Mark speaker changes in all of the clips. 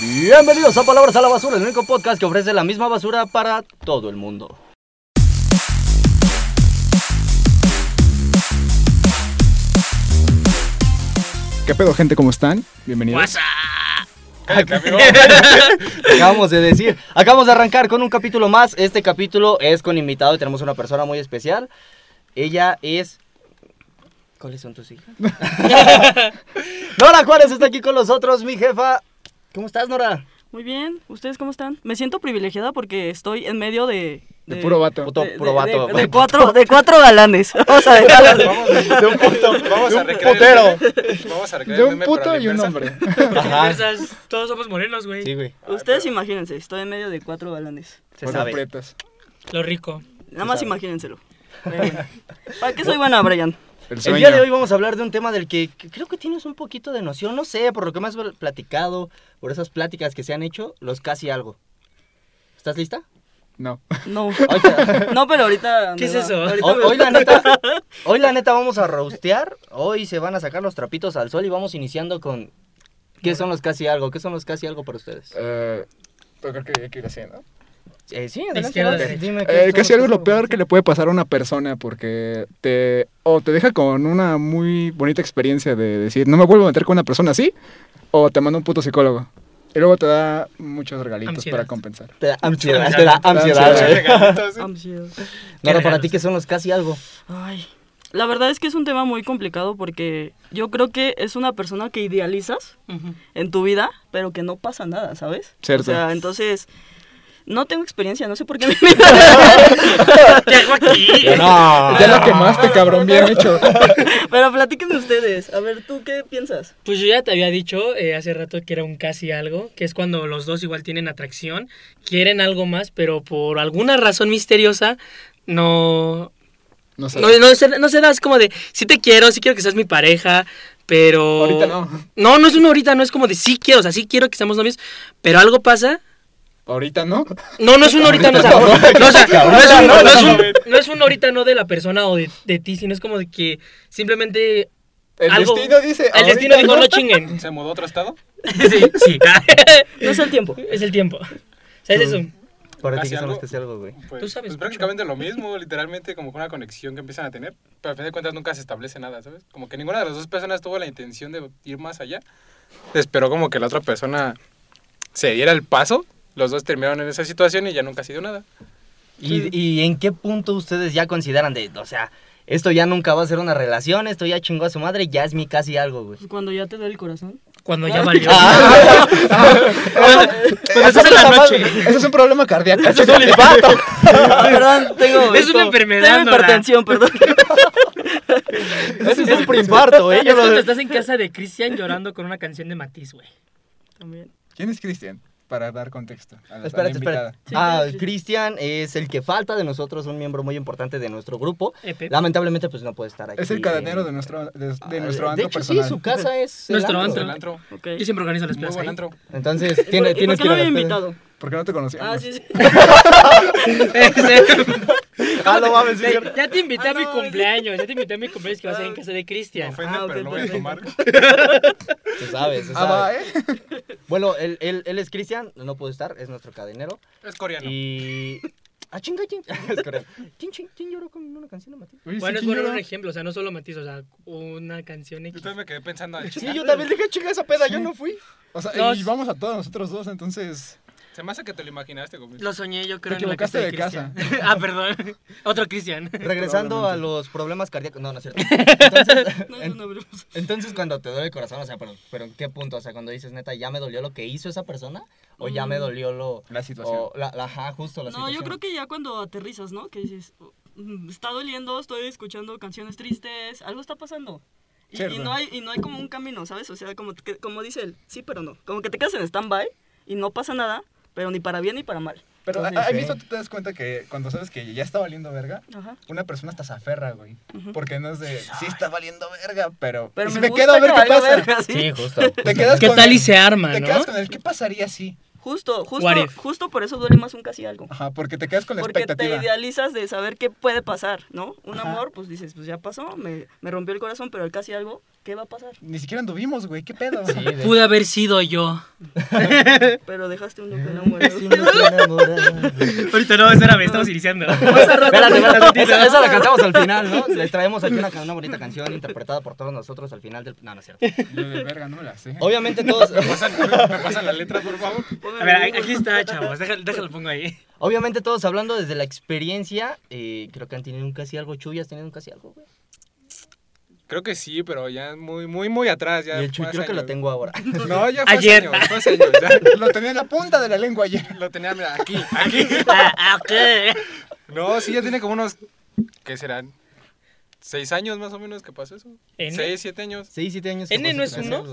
Speaker 1: Bienvenidos a Palabras a la Basura, el único podcast que ofrece la misma basura para todo el mundo.
Speaker 2: ¿Qué pedo, gente? ¿Cómo están? Bienvenidos.
Speaker 1: Acabamos de decir, acabamos de arrancar con un capítulo más. Este capítulo es con invitado y tenemos una persona muy especial. Ella es. ¿Cuáles son tus hijas? Nora Juárez está aquí con nosotros, mi jefa. ¿Cómo estás, Nora?
Speaker 3: Muy bien, ¿ustedes cómo están? Me siento privilegiada porque estoy en medio de...
Speaker 2: De puro vato.
Speaker 1: Puto puro
Speaker 3: de-
Speaker 1: vato.
Speaker 3: de- de cuatro, de cuatro galanes. Vamos a dejarlo.
Speaker 4: Vamos a-
Speaker 1: De un puto,
Speaker 4: Vamos
Speaker 1: de
Speaker 4: a
Speaker 1: un
Speaker 4: recrear. el- Vamos a recrear
Speaker 2: De
Speaker 4: el
Speaker 2: un
Speaker 4: meme, pero a
Speaker 2: puto
Speaker 4: la
Speaker 2: y un
Speaker 4: inversa.
Speaker 2: hombre.
Speaker 1: Ajá,
Speaker 5: Esas, todos somos morenos, güey.
Speaker 1: sí, güey.
Speaker 3: Ustedes imagínense, estoy en medio de cuatro galanes.
Speaker 1: Se
Speaker 2: Bueno,
Speaker 1: sabe.
Speaker 2: aprietas.
Speaker 5: Lo rico.
Speaker 3: Nada más
Speaker 1: sabe.
Speaker 3: imagínenselo. Pero bueno. ¿Para qué soy buena, Brian?
Speaker 2: El
Speaker 1: El
Speaker 2: sueño.
Speaker 1: día de hoy vamos a hablar de un tema del que que creo que tienes un poquito de noción, no sé, por lo que me has platicado, por esas pláticas que se han hecho, los casi algo. ¿Estás lista?
Speaker 2: No.
Speaker 3: No.
Speaker 1: Hoy, te-
Speaker 3: No, pero ahorita...
Speaker 5: ¿Qué
Speaker 3: me
Speaker 5: es
Speaker 3: va-
Speaker 5: eso?
Speaker 3: ahorita
Speaker 1: hoy-
Speaker 3: me-
Speaker 1: hoy la neta, hoy la neta vamos a roastear, hoy se van a sacar los trapitos al sol y vamos iniciando con ¿qué son los casi algo? ¿Qué son los casi algo para ustedes?
Speaker 2: Eh, yo creo que hay que ir así, ¿no?
Speaker 1: Eh, sí,
Speaker 5: izquierda a
Speaker 1: adelante,
Speaker 5: derecha.
Speaker 1: dime
Speaker 2: Eh,
Speaker 1: son
Speaker 2: casi
Speaker 1: los
Speaker 2: algo es lo
Speaker 1: algo.
Speaker 2: peor que le puede pasar a una persona porque te o te deja con una muy bonita experiencia de decir no me vuelvo a meter con una persona así o te manda un puto psicólogo y luego te da muchos regalitos
Speaker 5: Ansiedad.
Speaker 2: para compensar.
Speaker 1: Te da ansiedad, te da ansiedad.
Speaker 2: Ansiedad.
Speaker 1: güey.
Speaker 4: Regalitos, ¿eh?
Speaker 3: Ansiedad.
Speaker 1: Nora, para
Speaker 5: regalos.
Speaker 1: ti, ¿qué son los casi algo?
Speaker 3: Ay, la verdad es que es un tema muy complicado porque yo creo que es una persona que idealizas en tu vida, pero que no pasa nada, ¿sabes?
Speaker 2: Cierto.
Speaker 3: O sea, entonces, no tengo experiencia, no sé por qué me...
Speaker 5: ¿Qué hago aquí?
Speaker 1: No.
Speaker 2: Ya lo quemaste, Este cabrón, bien hecho.
Speaker 3: pero platíquenme ustedes, a ver, ¿tú qué piensas?
Speaker 5: Pues yo ya te había dicho eh, hace rato que era un casi algo, que es cuando los dos igual tienen atracción, quieren algo más, pero por alguna razón misteriosa no...
Speaker 2: No sé.
Speaker 5: No, no se, no se da, es como de, sí te quiero, sí quiero que seas mi pareja, pero...
Speaker 2: Ahorita no.
Speaker 5: No, no es un ahorita, no es como de sí quiero, o sea, sí quiero que seamos novios, pero algo pasa
Speaker 2: Ahorita no.
Speaker 5: No, no es un ahorita no, o sea, no, o sea, no es un, no es un- no es un ahorita no de la persona o de, de ti, sino es como de que simplemente
Speaker 2: El
Speaker 5: algo-
Speaker 2: destino dice.
Speaker 5: El
Speaker 2: "Ahorita
Speaker 5: destino dijo, no chinguen.
Speaker 4: ¿Se mudó a otro estado?
Speaker 5: Sí, sí.
Speaker 3: No es el tiempo.
Speaker 5: es el tiempo. O sea, es eso.
Speaker 1: Para ti,
Speaker 4: ¿Casi
Speaker 1: ¿qué son los
Speaker 4: algo?
Speaker 1: casi algo, güey?
Speaker 4: Pues,
Speaker 5: Tú sabes
Speaker 4: pues
Speaker 5: mucho.
Speaker 4: prácticamente lo mismo, literalmente como una conexión que empiezan a tener, pero a fin de cuentas nunca se establece nada, ¿sabes? Como que ninguna de las dos personas tuvo la intención de ir más allá. Esperó como que la otra persona se diera el paso, los dos terminaron en esa situación y ya nunca ha sido nada.
Speaker 1: ¿Y, y en qué punto ustedes ya consideran de, o sea, esto ya nunca va a ser una relación, esto ya chingó a su madre, ya es mi casi algo, güey?
Speaker 3: Pues cuando ya te da el corazón.
Speaker 5: Cuando
Speaker 2: Ah.
Speaker 5: ya valió.
Speaker 1: Ah.
Speaker 2: Eso
Speaker 5: Cuando estás en la noche.
Speaker 2: Eso es un problema cardíaco.
Speaker 1: Ah,
Speaker 3: perdón, tengo...
Speaker 5: Es una enfermedad,
Speaker 3: Tengo
Speaker 5: Nora.
Speaker 3: hipertensión, perdón.
Speaker 1: Ese es un preinfarto, ¿eh?
Speaker 5: Es cuando estás en casa de Cristian llorando con una canción de Matiz, güey.
Speaker 3: También.
Speaker 2: ¿Quién es Cristian? Para dar contexto. a la- a la
Speaker 1: Espérate,
Speaker 2: invitada.
Speaker 1: espérate. Ah, Cristian es el que falta de nosotros, un miembro muy importante de nuestro grupo.
Speaker 5: Epe.
Speaker 1: Lamentablemente, pues no puede estar aquí.
Speaker 2: Es el cadenero de
Speaker 1: en-
Speaker 2: nuestro, de,
Speaker 1: Ah,
Speaker 2: de nuestro
Speaker 1: De
Speaker 2: antro
Speaker 1: hecho,
Speaker 2: personal.
Speaker 1: sí, su casa es el
Speaker 5: Nuestro
Speaker 4: El
Speaker 5: antro.
Speaker 4: antro,
Speaker 3: Ok.
Speaker 5: Yo siempre organizo las
Speaker 4: muy
Speaker 5: plazas
Speaker 4: buen
Speaker 5: ahí.
Speaker 4: antro.
Speaker 1: Entonces, tiene,
Speaker 3: ¿Y por
Speaker 1: tienes
Speaker 3: qué
Speaker 1: que ir
Speaker 3: no
Speaker 1: a
Speaker 3: había
Speaker 1: las pedas.
Speaker 3: invitado?
Speaker 2: ¿Por qué no te conocíamos?
Speaker 3: Ah, sí, sí.
Speaker 1: Ah, no mames, sí,
Speaker 5: Ya-
Speaker 1: cierto.
Speaker 5: Ya te invité a
Speaker 3: Ah,
Speaker 5: mi
Speaker 3: no,
Speaker 5: cumpleaños, ya te invité a mi cumpleaños que va a ser en casa de Cristian.
Speaker 4: Ofende,
Speaker 3: Ah, ok,
Speaker 4: pero lo voy a
Speaker 3: perfecto.
Speaker 4: tomar.
Speaker 1: Se sabe, se
Speaker 2: Ah, va,
Speaker 1: sabe.
Speaker 2: ¿eh?
Speaker 1: Bueno, él, él- él es Cristian, no puede estar, es nuestro cadenero.
Speaker 4: Es coreano.
Speaker 1: Y. Ah, chinga, chinga. Es coreano. Chin, chin, chin, lloró con una canción de Matiz.
Speaker 2: Oye, sí,
Speaker 5: Bueno, es
Speaker 2: ¿quién
Speaker 5: poner
Speaker 2: era?
Speaker 5: un ejemplo, o sea, no solo Matiz, o sea, una canción
Speaker 4: Yo
Speaker 5: X.
Speaker 4: también me quedé pensando,
Speaker 1: Sí, yo también dije, chinga esa peda, yo no fui.
Speaker 2: O sea,
Speaker 5: No,
Speaker 2: y
Speaker 5: es-
Speaker 2: vamos a todos nosotros dos, entonces.
Speaker 4: se me hace que te lo imaginaste, güey.
Speaker 5: Lo soñé, yo creo.
Speaker 2: Te
Speaker 5: en la casa
Speaker 2: equivocaste de
Speaker 5: Cristian. ah, perdón. Otro Cristian.
Speaker 1: Regresando a los problemas cardíacos. No, no es cierto. Entonces,
Speaker 3: No,
Speaker 1: en-
Speaker 3: no, no, no.
Speaker 1: entonces, cuando te duele el corazón, o sea, pero, pero ¿en qué punto? O sea, cuando dices, neta, ¿ya me dolió lo que hizo esa persona? ¿O ya me dolió lo.
Speaker 2: La situación.
Speaker 1: o la, la- ajá, justo la
Speaker 3: No, yo
Speaker 1: situación?
Speaker 3: creo que ya cuando aterrizas, ¿no? Que dices, "Oh, mm, está doliendo, estoy escuchando canciones tristes, algo está pasando. Y, y
Speaker 2: Cierto.
Speaker 3: no hay, y no hay como un camino, ¿sabes? O sea, como, que- como dice él, sí, pero no. Como que te quedas en stand-by y no pasa nada, pero ni para bien ni para mal.
Speaker 2: Pero
Speaker 1: Entonces,
Speaker 2: ahí
Speaker 1: sí.
Speaker 2: mismo tú te das cuenta que cuando sabes que ya está valiendo verga,
Speaker 3: Ajá.
Speaker 2: una persona hasta se aferra, güey. Porque no es de. Sí, está valiendo verga, pero.
Speaker 3: Pero
Speaker 2: si
Speaker 3: me,
Speaker 2: me,
Speaker 3: gusta
Speaker 2: quedo a ver
Speaker 3: que
Speaker 2: qué
Speaker 3: valga
Speaker 2: pasa.
Speaker 3: verga, ¿sí?
Speaker 1: Sí, justo.
Speaker 2: Te quedas
Speaker 5: ¿Qué
Speaker 2: con
Speaker 5: tal
Speaker 2: el-
Speaker 5: y se arma,
Speaker 2: Te
Speaker 5: no?
Speaker 2: quedas con el. ¿Qué pasaría si?
Speaker 3: Justo,
Speaker 5: What
Speaker 3: justo,
Speaker 5: if?
Speaker 3: justo por eso duele más un casi algo.
Speaker 2: Ajá, porque te quedas con la
Speaker 3: Porque te
Speaker 2: expectativa.
Speaker 3: idealizas de saber qué puede pasar, ¿no? Un
Speaker 2: Ajá.
Speaker 3: amor, pues dices, pues ya pasó, me, me rompió el corazón, pero el casi algo, ¿qué va a pasar?
Speaker 2: Ni siquiera anduvimos, güey. ¿Qué pedo?
Speaker 1: Sí, de-
Speaker 5: Pude haber sido yo.
Speaker 3: Pero dejaste un loco enamorado.
Speaker 1: Si no te enamoras.
Speaker 5: Ahorita no, espérame, estamos iniciando.
Speaker 1: Espérate, espérate, esa, esa la cantamos al final, ¿no? Les traemos aquí una, ca- una bonita canción interpretada por todos nosotros al final del... No, no es cierto.
Speaker 2: Lo de verga, no me la sé.
Speaker 1: Obviamente todos,
Speaker 4: ¿Me pasan la letra, por favor?
Speaker 5: A ver, a- aquí está, chavos. Déjalo, déjalo pongo ahí.
Speaker 1: obviamente todos hablando desde la experiencia, eh, creo que han tenido un casi algo. Chuy, ¿has tenido un casi algo, güey?
Speaker 4: Creo que sí, pero ya muy, muy, muy atrás.
Speaker 1: Y
Speaker 4: Ya
Speaker 1: el Chuy
Speaker 4: fue hace
Speaker 1: creo que lo
Speaker 4: años.
Speaker 1: tengo ahora.
Speaker 4: No, ya fue
Speaker 5: Ayer.
Speaker 4: Ayer. Años, fue hace años, ya.
Speaker 2: Lo tenía en la punta de la lengua ayer.
Speaker 4: Lo tenía, mira, aquí, aquí.
Speaker 5: Ah, ok.
Speaker 4: No, sí, ya tiene como unos. ¿Qué serán? ¿Seis años más o menos que pasó eso?
Speaker 5: ¿N?
Speaker 4: ¿Seis, siete años?
Speaker 1: Seis, siete años.
Speaker 5: ¿N no es uno?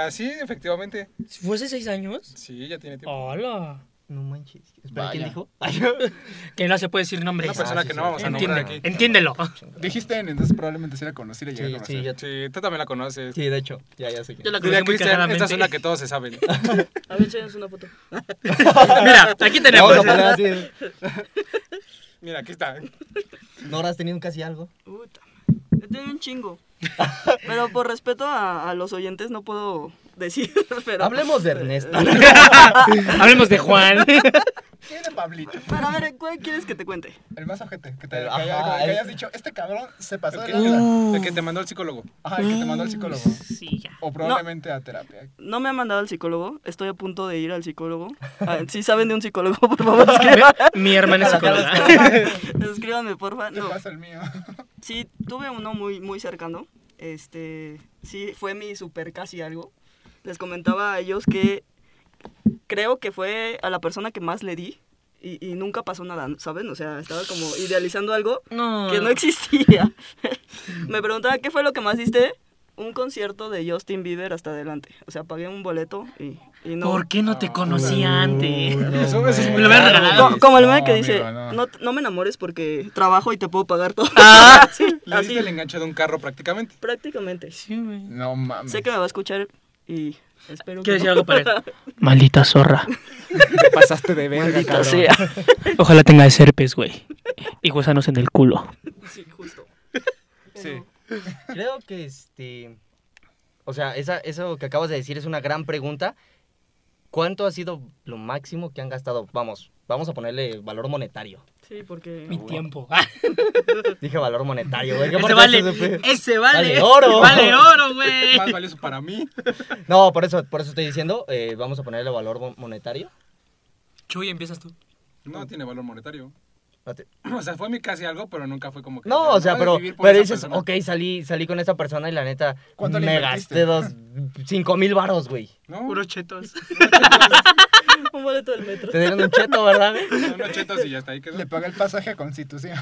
Speaker 4: Así, efectivamente.
Speaker 5: ¿Fue hace seis años?
Speaker 4: Sí, ya tiene tiempo.
Speaker 5: Hola.
Speaker 1: No manches. Espera, ¿quién
Speaker 2: Vaya.
Speaker 1: dijo?
Speaker 5: Que no se puede decir nombres.
Speaker 4: Una persona
Speaker 1: sí,
Speaker 4: que
Speaker 1: sí,
Speaker 4: no vamos a nombrar
Speaker 5: Entiende,
Speaker 4: aquí.
Speaker 5: entiéndelo.
Speaker 2: Dijiste N, entonces probablemente sí la conociera y llegué
Speaker 1: Sí,
Speaker 2: a conocer.
Speaker 1: sí, ya-
Speaker 4: Sí, tú también la conoces.
Speaker 1: sí, de hecho, ya, ya sé quién.
Speaker 5: Yo la conocí
Speaker 4: Diría
Speaker 5: muy
Speaker 4: Cristian,
Speaker 5: claramente.
Speaker 4: esta es una que todos se saben.
Speaker 3: A ver, échenos una foto.
Speaker 5: Mira, aquí
Speaker 1: Le
Speaker 5: tenemos.
Speaker 1: Vamos a poner así. de-
Speaker 4: Mira, aquí está.
Speaker 1: Nora, ¿has tenido un casi algo?
Speaker 3: Puta madre. He tenido un chingo. Pero por respeto a, a los oyentes no puedo decir. Pero,
Speaker 1: Hablemos de Ernesto.
Speaker 5: Hablemos de Juan.
Speaker 2: ¿Qué de Pablito?
Speaker 3: Pero a ver, ¿cuál quieres que te cuente?
Speaker 2: El más ojete. Que te
Speaker 1: El-
Speaker 2: que
Speaker 1: ajá,
Speaker 2: haya- que
Speaker 1: el-
Speaker 2: hayas dicho, este cabrón se pasó
Speaker 4: El
Speaker 2: de
Speaker 4: que,
Speaker 2: la
Speaker 4: el que te mandó el psicólogo.
Speaker 2: Ajá, el que te mandó al psicólogo.
Speaker 5: Sí, ya.
Speaker 2: O probablemente a terapia.
Speaker 3: No me ha mandado al psicólogo. Estoy a punto de ir al psicólogo. Ah, si saben de un psicólogo, por favor, escriban-
Speaker 5: Mi hermana es psicóloga.
Speaker 3: escríbanme, porfa.
Speaker 2: Te
Speaker 3: No.
Speaker 2: pasa el mío.
Speaker 3: Sí, tuve uno muy, muy cercano. Este, sí, fue mi super casi algo. Les comentaba a ellos que creo que fue a la persona que más le di y, y nunca pasó nada, ¿saben? O sea, estaba como idealizando algo
Speaker 5: No.
Speaker 3: que no existía. Me preguntaba, ¿qué fue lo que más diste? Un concierto de Justin Bieber hasta adelante. O sea, pagué un boleto y, y no...
Speaker 5: ¿Por qué no te conocí antes?
Speaker 4: Eso- eso es
Speaker 5: Me
Speaker 4: muy
Speaker 5: lo habían
Speaker 4: caro,
Speaker 5: regalado.
Speaker 4: güey.
Speaker 3: Co- como el meme
Speaker 2: No,
Speaker 3: que dice,
Speaker 2: amigo, no.
Speaker 3: no. te- no me enamores porque trabajo y te puedo pagar todo.
Speaker 5: Ah.
Speaker 3: Sí,
Speaker 4: Le
Speaker 3: así,
Speaker 4: diste el enganche de un carro prácticamente.
Speaker 3: prácticamente.
Speaker 5: Sí, güey.
Speaker 2: No mames.
Speaker 3: Sé que me va a escuchar y espero
Speaker 5: Quiero
Speaker 3: que
Speaker 5: decir
Speaker 3: no.
Speaker 5: algo para él. Maldita zorra.
Speaker 2: Te pasaste de verga, cabrón.
Speaker 5: Ojalá tenga herpes, güey. Y gusanos en el culo.
Speaker 3: Sí, justo.
Speaker 4: Sí.
Speaker 1: Creo que este. O sea, esa, eso que acabas de decir es una gran pregunta. ¿Cuánto ha sido lo máximo que han gastado? Vamos, vamos a ponerle valor monetario.
Speaker 3: Sí, porque...
Speaker 5: Mi tiempo.
Speaker 1: Dije valor monetario, güey. ¿qué
Speaker 5: Ese
Speaker 1: por qué
Speaker 5: vale. Eh.
Speaker 1: se fue?
Speaker 5: Ese vale.
Speaker 1: Vale oro.
Speaker 5: Vale oro, güey.
Speaker 4: Más valioso para mí.
Speaker 1: No, por eso, por eso estoy diciendo, eh, vamos a ponerle valor mo- monetario.
Speaker 5: Chuy, empiezas tú.
Speaker 4: No tiene valor monetario.
Speaker 1: No, te-
Speaker 4: O sea, fue mi casi algo, pero nunca fue como que.
Speaker 1: no,
Speaker 4: "Ah,
Speaker 1: o sea,
Speaker 4: voy a
Speaker 1: pero,
Speaker 4: vivir por
Speaker 1: pero
Speaker 4: esa
Speaker 1: dices,
Speaker 4: persona".
Speaker 1: ok, salí, salí con esta persona y la neta,
Speaker 2: ¿Cuánto le
Speaker 1: me gasté
Speaker 2: invertiste?
Speaker 1: dos, cinco mil varos, güey.
Speaker 4: No,
Speaker 5: Puros chetos.
Speaker 3: Un boleto del metro.
Speaker 1: Te dieron un cheto, ¿verdad? güey?
Speaker 4: son ochetas y ya está. Ahí quedó.
Speaker 2: Le pagué el pasaje a Constitución.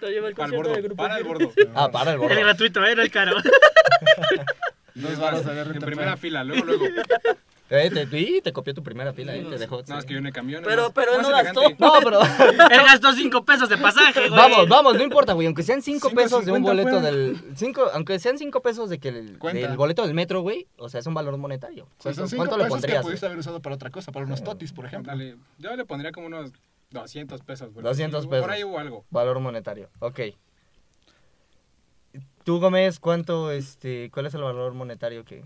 Speaker 3: Lo lleva al
Speaker 4: Para el
Speaker 3: concierto del
Speaker 4: bordo.
Speaker 3: grupo.
Speaker 4: Para el
Speaker 3: firme.
Speaker 4: bordo.
Speaker 1: Ah, para el
Speaker 5: El
Speaker 1: bordo.
Speaker 5: gratuito, ¿eh? No el caro.
Speaker 2: Dos varos de renta.
Speaker 4: En primera fila, luego, luego.
Speaker 1: Eh, te, y te copió tu primera fila, eh, te dejó.
Speaker 4: No, es
Speaker 1: sí.
Speaker 4: que yo en el camión.
Speaker 3: Pero,
Speaker 4: más-
Speaker 3: pero él
Speaker 4: más
Speaker 3: no gastó.
Speaker 4: elegante.
Speaker 1: No, pero...
Speaker 5: Él gastó cinco pesos de pasaje, güey.
Speaker 1: Vamos, vamos, no importa, güey. Aunque sean 5
Speaker 2: Cinco
Speaker 1: pesos de un
Speaker 2: cincuenta
Speaker 1: boleto
Speaker 2: fueron.
Speaker 1: del. Cinco, aunque sean 5 pesos de que el,
Speaker 2: Cuenta.
Speaker 1: del boleto del metro, güey. O sea, es un valor monetario.
Speaker 2: O sea,
Speaker 1: ¿Cuánto,
Speaker 2: son cinco
Speaker 1: cuánto le
Speaker 2: pesos que
Speaker 1: pondrías?
Speaker 2: pudiste haber usado para otra cosa, para unos totis, por ejemplo.
Speaker 4: Dale, yo le pondría como unos 200 pesos, güey.
Speaker 1: 200
Speaker 4: Por
Speaker 1: pesos.
Speaker 4: ahí hubo algo.
Speaker 1: Valor monetario, ok. Tú, Gómez, ¿cuánto, este, cuál es el valor monetario que.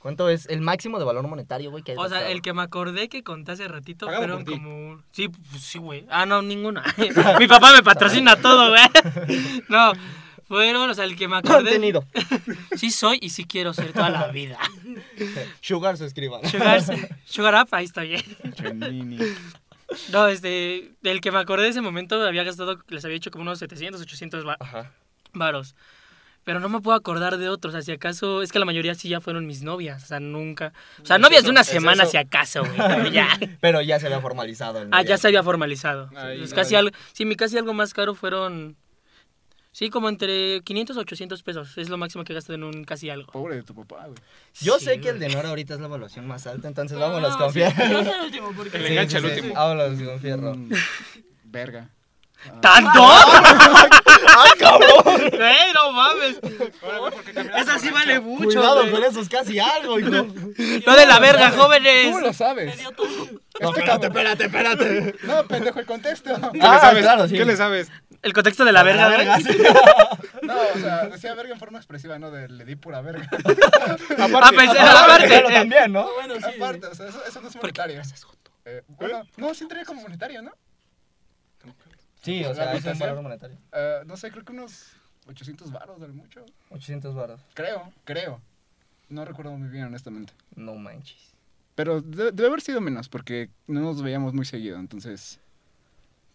Speaker 1: ¿Cuánto es el máximo de valor monetario, güey? Que has
Speaker 5: O sea,
Speaker 1: gastado?
Speaker 5: el que me acordé que conté hace ratito
Speaker 4: Pagado
Speaker 5: fueron
Speaker 4: por ti.
Speaker 5: como... Sí, pues, sí, güey. Ah, no, ninguna. Mi papá me patrocina todo, güey. No, fueron, o sea, el que me acordé...
Speaker 1: Contenido.
Speaker 5: Sí soy y sí quiero ser toda la vida.
Speaker 1: Sugar se escriba. ¿no?
Speaker 5: Sugar, sugar up, ahí está bien.
Speaker 2: Chenini.
Speaker 5: No, este, del que me acordé de ese momento había gastado, les había hecho como unos 700, 800 va-
Speaker 1: Ajá.
Speaker 5: varos. Pero no me puedo acordar de otros, o sea, si acaso, es que la mayoría sí ya fueron mis novias, o sea, nunca. O sea, novias de una
Speaker 1: eso.
Speaker 5: semana si acaso, güey, pero ya.
Speaker 1: Pero ya se había formalizado. el
Speaker 5: Ah, ya
Speaker 1: noviazgo.
Speaker 5: se había formalizado.
Speaker 4: Ahí,
Speaker 5: Pues
Speaker 4: ahí.
Speaker 5: casi algo, sí, mi casi algo más caro fueron. Sí, como entre 500 o 800 pesos. Es lo máximo que gasto en un casi algo.
Speaker 2: Pobre de tu papá, güey.
Speaker 1: Yo
Speaker 5: Sí,
Speaker 1: sé que el
Speaker 5: güey.
Speaker 1: de Nora ahorita es la evaluación más alta, entonces
Speaker 3: No,
Speaker 1: vámonos
Speaker 3: no,
Speaker 1: con
Speaker 3: sí,
Speaker 1: fierro.
Speaker 3: yo soy el último, porque-
Speaker 4: El enganche al
Speaker 1: Sí, sí, sí.
Speaker 4: último.
Speaker 1: Vámonos con fierro.
Speaker 2: Mm, Verga.
Speaker 1: Ah.
Speaker 5: ¿Tanto? Güey, no mames. Esa sí vale mucho.
Speaker 1: Cuidado
Speaker 5: güey.
Speaker 1: con esos casi algo, hijo.
Speaker 5: No de la verga, jóvenes.
Speaker 2: ¿Cómo lo sabes? Este
Speaker 1: No, espérate, espérate, espérate.
Speaker 2: No, pendejo, el contexto.
Speaker 4: ¿Qué
Speaker 1: Ah,
Speaker 4: le sabes?
Speaker 1: claro, sí.
Speaker 4: ¿Qué le sabes?
Speaker 5: El contexto de la verga, güey.
Speaker 2: No, o sea, decía verga en forma expresiva, ¿no? De le di pura verga.
Speaker 5: Ah, pues, aparte.
Speaker 6: Pero
Speaker 5: eh,
Speaker 6: también, ¿no?
Speaker 3: Bueno, sí.
Speaker 4: pues,
Speaker 2: Aparte, o sea, eso, eso no es monetario. Eh, bueno, no, sí entraría como monetario, ¿no?
Speaker 1: Sí, o
Speaker 2: La
Speaker 1: sea, es un
Speaker 2: cotización.
Speaker 1: valor monetario.
Speaker 2: Eh, no sé, creo que unos 800 varos del mucho.
Speaker 1: 800 baros.
Speaker 2: Creo, creo. No recuerdo muy bien, honestamente.
Speaker 1: No manches.
Speaker 2: Pero de- debe haber sido menos, porque no nos veíamos muy seguido, entonces...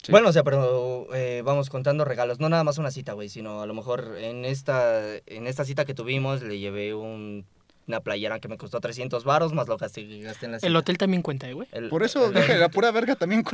Speaker 2: Sí.
Speaker 1: Bueno, o sea, pero eh, vamos contando regalos. No nada más una cita, güey, sino a lo mejor en esta, en esta cita que tuvimos le llevé un- una playera que me costó 300 baros, más lo gasté, gasté en la cita.
Speaker 5: El hotel también cuenta, eh, güey.
Speaker 1: El-
Speaker 2: Por eso
Speaker 1: el-
Speaker 2: dije, la pura verga también.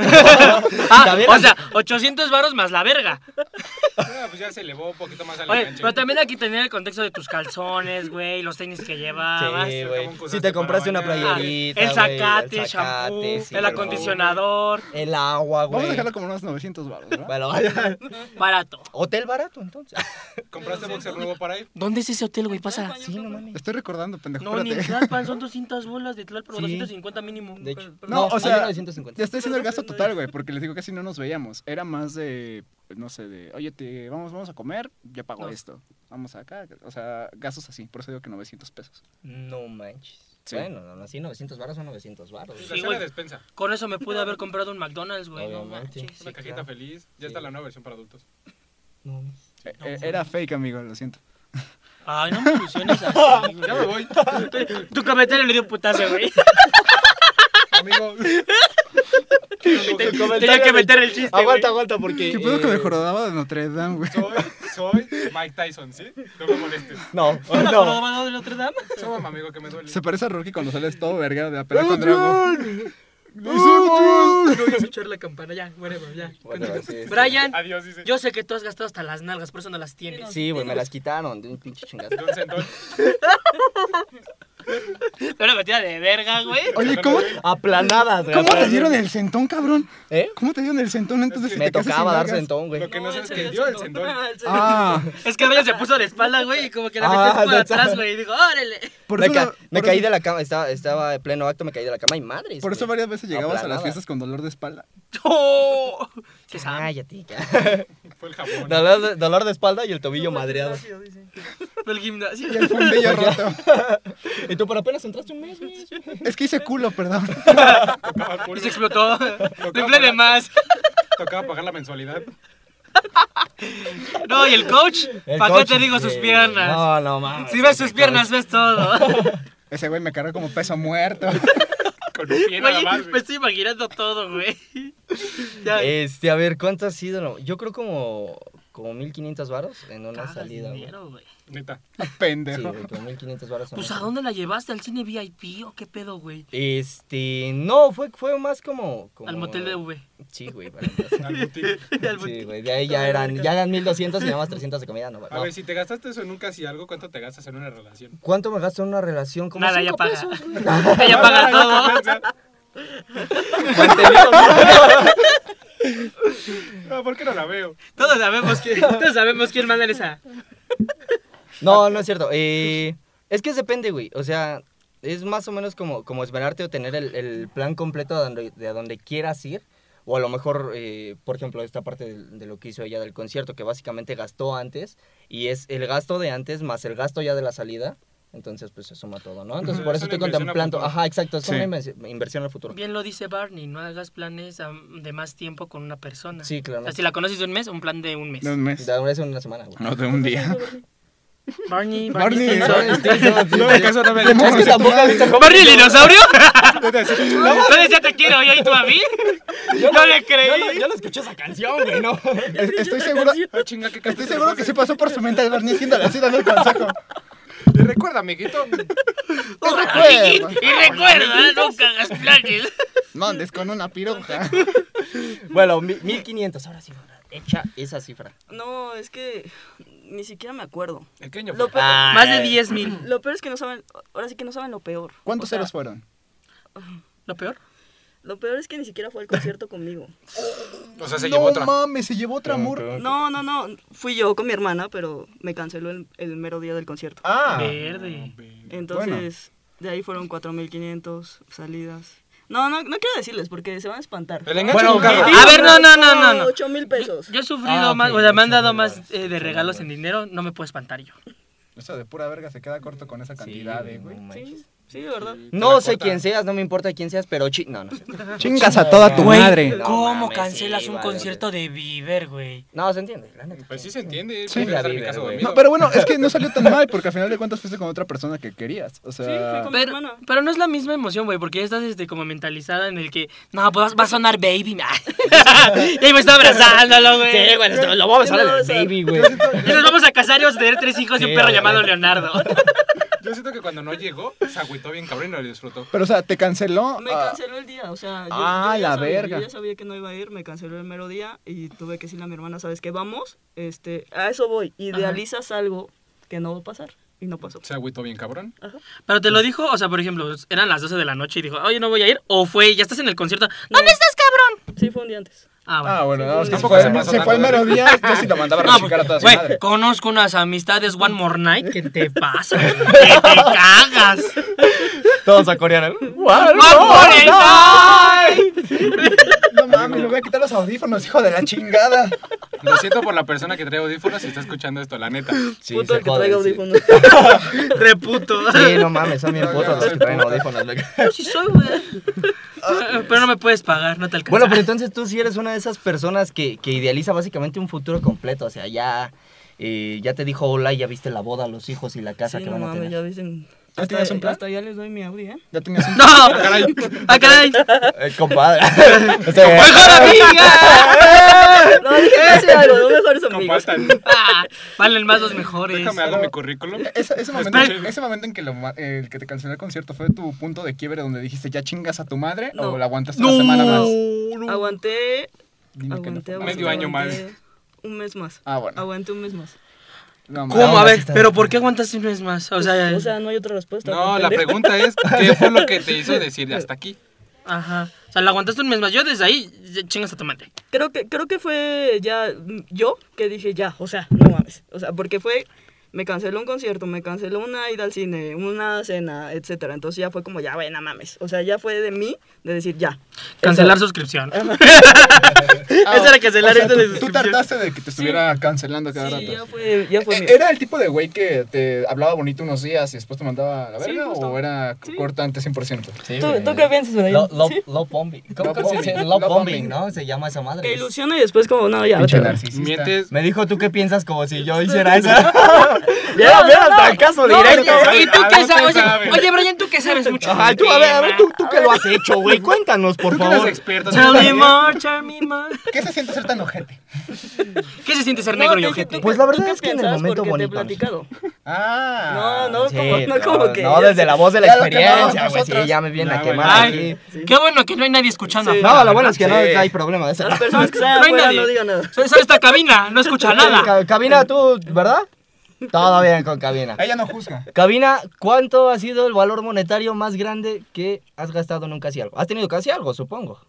Speaker 5: Ah,
Speaker 1: También
Speaker 5: o
Speaker 1: las-
Speaker 5: sea, 800 varos más la verga.
Speaker 4: Ah, pues ya se elevó un poquito más al
Speaker 5: Oye, pero también hay que tener el contexto de tus calzones, güey, los tenis que llevabas.
Speaker 1: Ah, Sí,
Speaker 4: el
Speaker 1: güey.
Speaker 4: jabón que
Speaker 1: Si
Speaker 4: usaste
Speaker 1: te compraste
Speaker 4: para
Speaker 1: una
Speaker 4: bañar,
Speaker 5: Ah,
Speaker 1: playerita,
Speaker 5: el
Speaker 1: güey,
Speaker 5: zacate, el
Speaker 1: zacate,
Speaker 5: shampoo,
Speaker 1: sí,
Speaker 5: el
Speaker 1: por
Speaker 5: acondicionador,
Speaker 1: favor. El agua, güey.
Speaker 2: Vamos a dejarlo como unos 900 baros, ¿verdad?
Speaker 1: Bueno,
Speaker 5: barato.
Speaker 1: hotel barato, entonces. Ah,
Speaker 4: ¿Compraste boxer nuevo para ir?
Speaker 5: ¿Dónde es ese hotel, güey? Pasa.
Speaker 1: Sí, no mames.
Speaker 2: Estoy recordando, pendejo,
Speaker 5: No, ni en
Speaker 2: espérate.
Speaker 5: Tlalpan, son 200 bolas de Tlalpan,
Speaker 1: Sí.
Speaker 5: 250 mínimo.
Speaker 1: De hecho.
Speaker 5: Pero-
Speaker 2: No, o
Speaker 1: hay
Speaker 2: sea,
Speaker 1: 950.
Speaker 2: Ya estoy haciendo el gasto total, güey, porque les digo que si no nos veíamos. Era más de, pues, no sé, de, oye, te, vamos, vamos a comer, yo pago
Speaker 5: No.
Speaker 2: esto. Vamos acá, o sea, gastos así, por eso digo que 900 pesos.
Speaker 1: No manches.
Speaker 2: Sí.
Speaker 1: Bueno, no, no, sí, 900 baros son 900 baros.
Speaker 4: La
Speaker 5: Sí,
Speaker 4: cena
Speaker 5: güey.
Speaker 4: de despensa.
Speaker 5: Con eso me pude haber comprado un McDonald's, güey. No
Speaker 1: Obviamente.
Speaker 5: manches.
Speaker 4: Una
Speaker 1: Sí,
Speaker 4: cajita
Speaker 1: claro.
Speaker 4: feliz. Ya está la nueva versión para adultos.
Speaker 1: No,
Speaker 2: Eh, eh, era fake, amigo, lo siento.
Speaker 5: Ay, no me ilusiones así,
Speaker 4: Ya me voy.
Speaker 5: güey. Tu comentario le dio putazo, güey.
Speaker 4: Amigo.
Speaker 5: Tenía que meter el chiste, güey.
Speaker 1: Aguanta, aguanta, porque.
Speaker 2: ¿Qué pedo que me
Speaker 1: eh,
Speaker 2: jorobaba de Notre Dame, güey?
Speaker 4: Soy, soy Mike Tyson, ¿sí? No me molestes.
Speaker 1: No,
Speaker 5: Hola,
Speaker 1: no.
Speaker 5: jorobado de Notre Dame.
Speaker 4: Sóbame, amigo, que me duele.
Speaker 2: Se parece a Rocky cuando sales todo verga de la pelea con Drago.
Speaker 5: No voy a escuchar la campana, ya, whatever, ya.
Speaker 1: Bueno,
Speaker 5: Continúa.
Speaker 1: sí, sí.
Speaker 5: Brian,
Speaker 4: Adiós, dice.
Speaker 5: yo sé que tú has gastado hasta las nalgas, por eso no las tienes.
Speaker 1: Sí, güey, me las quitaron de un pinche chingazo.
Speaker 4: De un centón.
Speaker 5: Una metida de verga, güey.
Speaker 2: Oye, ¿cómo,
Speaker 1: Aplanadas, güey.
Speaker 2: ¿cómo te
Speaker 1: aplanadas.
Speaker 2: dieron el sentón, cabrón?
Speaker 1: ¿Eh?
Speaker 2: ¿Cómo te dieron el sentón entonces? si
Speaker 1: Me
Speaker 2: te casas
Speaker 1: tocaba
Speaker 2: sin
Speaker 1: dar
Speaker 2: nalgas?
Speaker 1: sentón, güey.
Speaker 4: Lo que no sabes es que
Speaker 3: el
Speaker 4: dio el
Speaker 3: centón.
Speaker 4: centón.
Speaker 3: Ah, el centón.
Speaker 2: Ah,
Speaker 5: Es que Brian se puso de espalda, güey, y como que la
Speaker 1: Ah,
Speaker 5: metiste por
Speaker 1: no,
Speaker 5: atrás,
Speaker 1: chao.
Speaker 5: güey. Y digo, órale.
Speaker 2: por
Speaker 1: me
Speaker 2: eso,
Speaker 1: ca-
Speaker 2: no-
Speaker 1: me
Speaker 2: por
Speaker 1: caí
Speaker 2: eso-
Speaker 1: de la cama, estaba, estaba en pleno acto, me caí de la cama y madres.
Speaker 2: Por eso
Speaker 1: güey.
Speaker 2: varias veces llegabas a las
Speaker 1: Aplanada.
Speaker 2: fiestas con dolor de espalda.
Speaker 5: ¡Oh! Se sabe.
Speaker 1: Cállate, ya.
Speaker 4: Fue el jabón.
Speaker 1: dolor, de, dolor de espalda y el tobillo madreado.
Speaker 5: Fue el gimnasio.
Speaker 2: Y el fundillo roto.
Speaker 1: Y tú, pero apenas entraste un mes, güey.
Speaker 2: Es que hice culo, perdón.
Speaker 4: Tocaba el
Speaker 5: Y
Speaker 4: culo.
Speaker 5: se explotó.
Speaker 4: Tocaba
Speaker 5: No inflé de
Speaker 4: pagar-
Speaker 5: más.
Speaker 4: Tocaba pagar la mensualidad.
Speaker 5: No, y el coach,
Speaker 1: El
Speaker 5: ¿para qué
Speaker 1: coche,
Speaker 5: te digo sus
Speaker 1: sí.
Speaker 5: piernas?
Speaker 1: No, no mames.
Speaker 5: Si ves sus piernas, ves todo.
Speaker 2: Ese güey me cargó como peso muerto.
Speaker 4: Con un pie nada
Speaker 5: Oye, pues
Speaker 4: más.
Speaker 5: me
Speaker 4: güey.
Speaker 5: estoy imaginando todo, güey. Ya.
Speaker 1: Este, a ver, ¿cuánto ha sido? No, Yo creo como, como 1500 varos en una
Speaker 5: Cagas
Speaker 1: salida, güey.
Speaker 5: dinero, güey.
Speaker 4: Neta.
Speaker 1: Sí,
Speaker 2: Pendejo.
Speaker 1: güey, como 1500 varos. en
Speaker 5: Pues,
Speaker 1: una
Speaker 5: ¿a
Speaker 1: salida.
Speaker 5: dónde la llevaste? ¿Al cine VIP o qué pedo, güey?
Speaker 1: Este, no, fue, fue más como, como-
Speaker 5: Al motel de V.
Speaker 1: Sí, güey, para empezar.
Speaker 4: Al boutique.
Speaker 5: Al
Speaker 1: Sí,
Speaker 5: motel.
Speaker 1: güey, de ahí ya eran, ya eran 1200 y nada más 300 de comida, no,
Speaker 4: A
Speaker 1: no.
Speaker 4: ver, si te gastaste eso en un casi algo, ¿cuánto te gastas en una relación?
Speaker 1: ¿Cuánto me gasto en una relación? Como
Speaker 5: Nada, ya
Speaker 1: cinco
Speaker 5: paga.
Speaker 1: pesos, güey.
Speaker 5: Ella paga todo.
Speaker 1: Mantenido,
Speaker 4: No, ¿por qué no la veo?
Speaker 5: Todos sabemos quién, todos sabemos quién manda en esa.
Speaker 1: No, no es cierto. Eh, es que depende, güey. O sea, es más o menos como, como esperarte o tener el, el plan completo de donde, de a donde quieras ir. O a lo mejor, eh, por ejemplo, esta parte del- de, lo que hizo ella del concierto, que básicamente gastó antes. Y es el gasto de antes más el gasto ya de la salida. Entonces, pues se suma todo, ¿no? Entonces,
Speaker 4: Ujú,
Speaker 1: por
Speaker 4: es
Speaker 1: eso
Speaker 4: una
Speaker 1: estoy
Speaker 4: inversión a
Speaker 1: contemplando.
Speaker 4: futuro.
Speaker 1: Ajá, exacto. Es
Speaker 2: Sí.
Speaker 1: una inven- inversión al futuro.
Speaker 5: Bien lo dice Barney, no hagas planes am, de más tiempo con una persona.
Speaker 1: Sí,
Speaker 5: O sea,
Speaker 1: claramente.
Speaker 5: si la conoces de un mes, un plan de un mes.
Speaker 2: De un mes.
Speaker 1: De eso en una semana, güey.
Speaker 2: No, de un día. Barney,
Speaker 5: Barney, Barney, Stinson.
Speaker 2: Barney.
Speaker 4: No me caso, no me
Speaker 1: Es que tampoco has visto cómo-
Speaker 5: ¿Barney el dinosaurio? No decía te quiero y ahí tú a mí. No le
Speaker 1: Yo,
Speaker 5: creí.
Speaker 1: no escuché esa canción, güey, no.
Speaker 2: Es- Estoy seguro,
Speaker 4: Ah, chinga, ¿qué
Speaker 2: estoy
Speaker 4: canción
Speaker 2: seguro
Speaker 4: te
Speaker 2: que
Speaker 4: puse?
Speaker 2: sí pasó por su mente el Barney haciéndole así dando el consejo.
Speaker 4: Y recuerda, amiguito.
Speaker 5: Y, y recuerda, ¿eh? nunca hagas planes.
Speaker 2: No andes con una piroja.
Speaker 1: Bueno, mi- 1500, ahora sí, Bernardo. echa esa cifra.
Speaker 3: No, es que ni siquiera me acuerdo.
Speaker 4: ¿En qué año
Speaker 3: Lo
Speaker 4: fue?
Speaker 3: peor,
Speaker 5: Más de 10 mil.
Speaker 3: lo peor es que no saben, ahora sí que no saben lo peor.
Speaker 2: ¿Cuántos
Speaker 3: O sea,
Speaker 2: ceros fueron?
Speaker 5: ¿Lo peor?
Speaker 3: Lo peor es que ni siquiera fue al concierto conmigo.
Speaker 4: O sea, se
Speaker 2: no
Speaker 4: llevó otra.
Speaker 2: mames, se llevó otra amor.
Speaker 3: No, no, no, fui yo con mi hermana, pero me canceló el, el mero día del concierto.
Speaker 2: Ah,
Speaker 5: Verde.
Speaker 3: Entonces, de ahí fueron 4.500 salidas. No, no, no quiero decirles porque se van a espantar.
Speaker 4: El enganche
Speaker 1: Bueno,
Speaker 4: de un carro.
Speaker 5: A ver, no, no, no, no, no.
Speaker 3: 8 mil pesos.
Speaker 5: Yo he
Speaker 6: Ah,
Speaker 5: sufrido
Speaker 6: ok,
Speaker 5: más, o sea, me han
Speaker 6: mucho
Speaker 5: dado
Speaker 6: mejor.
Speaker 5: más eh, de
Speaker 6: Mucho
Speaker 5: regalos en
Speaker 6: mejor.
Speaker 5: dinero, no me puedo espantar yo.
Speaker 2: Eso de pura verga se queda corto con esa cantidad, eh, güey.
Speaker 3: Sí, sí, de verdad.
Speaker 5: Ah.
Speaker 1: No sé quién seas, no me importa quién seas, pero chi- no, no sé.
Speaker 2: Chingas a toda tu
Speaker 6: Güey,
Speaker 2: madre.
Speaker 1: No
Speaker 6: ¿Cómo
Speaker 1: mames,
Speaker 6: cancelas
Speaker 1: sí,
Speaker 6: un
Speaker 1: vale,
Speaker 6: concierto de Bieber, güey?
Speaker 1: No, se entiende, la neta.
Speaker 4: Pues sí se entiende.
Speaker 2: Sí.
Speaker 4: Sí,
Speaker 1: La
Speaker 4: la mi
Speaker 1: vida,
Speaker 4: caso
Speaker 1: güey.
Speaker 4: dormido.
Speaker 2: No, pero bueno, es que no salió tan mal porque al final de cuentas fuiste con otra persona que querías. O sea,
Speaker 3: Sí, fui con- mi
Speaker 5: Pero,
Speaker 3: hermana.
Speaker 5: pero no es la misma emoción, güey, porque ya estás este, como mentalizada en el que, no, pues va a sonar baby, nah. y ahí me está abrazándolo, güey.
Speaker 1: Sí, güey, esto- lo voy a besar
Speaker 3: Sí, lo voy a
Speaker 1: al
Speaker 3: besar.
Speaker 1: baby, güey.
Speaker 5: Y nos vamos a casar y vamos a tener tres hijos y un
Speaker 1: Sí,
Speaker 5: perro
Speaker 1: güey.
Speaker 5: llamado Leonardo.
Speaker 4: Yo siento que cuando no llegó, se agüitó bien cabrón y no lo disfrutó.
Speaker 2: pero o sea, te canceló.
Speaker 3: Me
Speaker 2: ah,
Speaker 3: canceló el día, o sea, yo,
Speaker 2: Ah,
Speaker 3: yo ya
Speaker 2: la
Speaker 3: sabía,
Speaker 2: verga.
Speaker 3: yo ya sabía que no iba a ir, me canceló el mero día y tuve que decirle a mi hermana, ¿sabes qué? Vamos, este, a eso voy, idealizas algo que no va a pasar y no pasó.
Speaker 4: Se agüitó bien cabrón.
Speaker 5: Pero te lo dijo, o sea, por ejemplo, eran las 12 de la noche y dijo, oye, no voy a ir. O fue, ya estás en el concierto. ¿Dónde estás, cabrón?
Speaker 3: Sí, fue un día antes.
Speaker 5: Ah, bueno.
Speaker 2: Ah, bueno, no, es que se
Speaker 4: Tampoco
Speaker 2: fue,
Speaker 4: se
Speaker 2: el-
Speaker 4: pasó
Speaker 2: se fue el
Speaker 4: tanto.
Speaker 2: mero día. Yo sí lo mandaba a
Speaker 5: No,
Speaker 2: rechicar a toda su
Speaker 5: güey,
Speaker 2: madre.
Speaker 5: conozco unas amistades One More Night que te pasa, que te cagas.
Speaker 1: Todos a coreano.
Speaker 5: One More Night.
Speaker 2: No mames, le voy a quitar los audífonos, hijo de la chingada.
Speaker 4: Lo siento por la persona que trae audífonos y está escuchando esto, la neta.
Speaker 1: Sí,
Speaker 3: Puto
Speaker 1: se
Speaker 3: el que
Speaker 1: joden,
Speaker 3: traiga
Speaker 1: sí.
Speaker 3: audífonos.
Speaker 5: Reputo.
Speaker 1: Sí, no mames, son bien
Speaker 2: No,
Speaker 1: putos
Speaker 2: yo
Speaker 1: los que
Speaker 2: soy
Speaker 1: traen audífonos. güey.
Speaker 5: Yo sí soy, güey. Pero no me puedes pagar, no te alcanza.
Speaker 1: Bueno, pero entonces tú sí eres una de esas personas que, que idealiza básicamente un futuro completo. O sea, ya, eh, ya te dijo hola, y ya viste la boda, los hijos y la casa
Speaker 3: Sí,
Speaker 1: que
Speaker 3: no
Speaker 1: van a
Speaker 3: mames,
Speaker 1: tener.
Speaker 3: ya dicen.
Speaker 2: ¿Ya tenías un plan?
Speaker 3: hasta ya les doy mi Audi, ¿eh?
Speaker 2: Ya tenías un...
Speaker 5: ¡No! ¡Ah, caray! ¡Ah, caray!
Speaker 1: Eh, compadre. O sea,
Speaker 3: Pues
Speaker 5: ¡Mejor amiga!
Speaker 3: No, dije casi algo, no mejores amigos.
Speaker 4: Compartan.
Speaker 5: Ah, valen más los mejores.
Speaker 4: Déjame algo mi currículum.
Speaker 2: Esa- ese, momento,
Speaker 4: Espera.
Speaker 2: ese momento en que, lo ma- el que te canceló el concierto fue tu punto de quiebre donde dijiste ya chingas a tu madre
Speaker 3: No.
Speaker 2: o la aguantaste una semana más.
Speaker 3: Aguanté,
Speaker 2: Dime que no fue
Speaker 3: aguanté, aguanté.
Speaker 2: más.
Speaker 4: Medio año más.
Speaker 3: aguanté Un mes más.
Speaker 2: Ah, bueno.
Speaker 3: Aguanté un mes más.
Speaker 2: No, mames.
Speaker 5: ¿Cómo? A ver,
Speaker 1: está-
Speaker 5: pero ¿por qué aguantas un mes más? O sea,
Speaker 3: O sea, no hay otra respuesta.
Speaker 4: No, la
Speaker 3: pendejo.
Speaker 4: pregunta es, ¿qué fue lo que te hizo decir hasta aquí?
Speaker 5: ajá. O sea, la aguantaste un mes más. Yo desde ahí ya chingas a tu madre.
Speaker 3: Creo que, creo que fue ya mm, yo que dije ya, o sea, no mames. O sea, porque fue, me canceló un concierto, me canceló una ida al cine, una cena, etcétera. Entonces ya fue como, ya, güey, no mames. O sea, ya fue de mí de decir ya.
Speaker 5: Cancelar suscripción.
Speaker 2: Ah,
Speaker 5: Esa era cancelar
Speaker 2: o sea,
Speaker 5: esto de
Speaker 2: tú- Tú
Speaker 5: suscripción.
Speaker 2: tardaste de que te estuviera cancelando cada
Speaker 3: Sí, pues, ya
Speaker 2: rato.
Speaker 3: fue, ya fue
Speaker 2: Eh,
Speaker 3: mi-
Speaker 2: ¿Era el tipo de güey que te hablaba bonito unos días y después te mandaba a la
Speaker 3: Sí,
Speaker 2: verga
Speaker 3: justo.
Speaker 2: o era
Speaker 3: Sí.
Speaker 2: cortante 100%?
Speaker 4: eh,
Speaker 1: Sí,
Speaker 3: ¿Tú,
Speaker 1: güey.
Speaker 3: ¿Tú qué piensas, Brian?
Speaker 1: Lo- lo-
Speaker 3: ¿Sí?
Speaker 1: Love bombing. ¿Cómo
Speaker 2: Love
Speaker 1: cómo se
Speaker 2: bombing.
Speaker 1: dice?
Speaker 2: Love
Speaker 1: Love bombing,
Speaker 2: bombing.
Speaker 1: ¿no? Se llama esa madre.
Speaker 3: Que ilusiona y después como, no, ya,
Speaker 2: Pinche
Speaker 3: vete, güey.
Speaker 2: narcisista.
Speaker 4: Mientes,
Speaker 1: Me dijo, ¿tú qué piensas? Como si yo hiciera eso. Mira,
Speaker 3: No,
Speaker 1: mira,
Speaker 3: no, no.
Speaker 1: trancazo
Speaker 5: No,
Speaker 1: directo.
Speaker 5: oye, ¿y tú qué
Speaker 4: Algo te
Speaker 5: sabes? Oye,
Speaker 4: sabe.
Speaker 5: oye, Brian, ¿tú qué sabes mucho?
Speaker 1: Ajá,
Speaker 5: del
Speaker 1: tú, a ver, a ver,
Speaker 5: tema?
Speaker 1: tú, tú que lo has hecho, güey. Cuéntanos, por
Speaker 4: tú que eres
Speaker 1: favor.
Speaker 4: experto.
Speaker 5: Tell me
Speaker 4: ¿no?
Speaker 5: more, tell me more.
Speaker 2: ¿Qué se siente ser tan ojete?
Speaker 5: ¿Qué se siente ser
Speaker 3: No,
Speaker 5: negro
Speaker 3: te
Speaker 5: y
Speaker 3: dije,
Speaker 5: ojete?
Speaker 3: ¿tú
Speaker 1: Pues
Speaker 3: qué-
Speaker 1: la
Speaker 3: tú
Speaker 1: verdad
Speaker 3: qué
Speaker 1: es que en el
Speaker 3: piensas?
Speaker 1: momento
Speaker 3: Porque
Speaker 1: bonito,
Speaker 3: Te he platicado.
Speaker 2: Ah.
Speaker 3: No, no, como- no como que- Ah,
Speaker 1: No, desde la voz de la
Speaker 2: Ya lo quemamos
Speaker 1: experiencia, güey. Sí,
Speaker 2: nosotros.
Speaker 1: ya me vienen a
Speaker 4: No, güey,
Speaker 1: quemar.
Speaker 5: Ay,
Speaker 1: aquí.
Speaker 5: qué bueno que no hay nadie escuchando.
Speaker 3: Sí.
Speaker 5: afuera,
Speaker 1: No, lo bueno es que no
Speaker 2: Sí.
Speaker 1: hay problema de eso.
Speaker 3: Las personas que
Speaker 5: No
Speaker 3: están
Speaker 5: hay
Speaker 3: afuera
Speaker 5: nadie.
Speaker 3: no digan nada.
Speaker 5: Solo solo esta cabina, no escucha nada.
Speaker 1: Ca- Cabina, tú, ¿verdad? Todo bien con cabina.
Speaker 2: Ella no juzga.
Speaker 1: Cabina, ¿cuánto ha sido el valor monetario más grande que has gastado en un casi algo? Has tenido casi algo, supongo.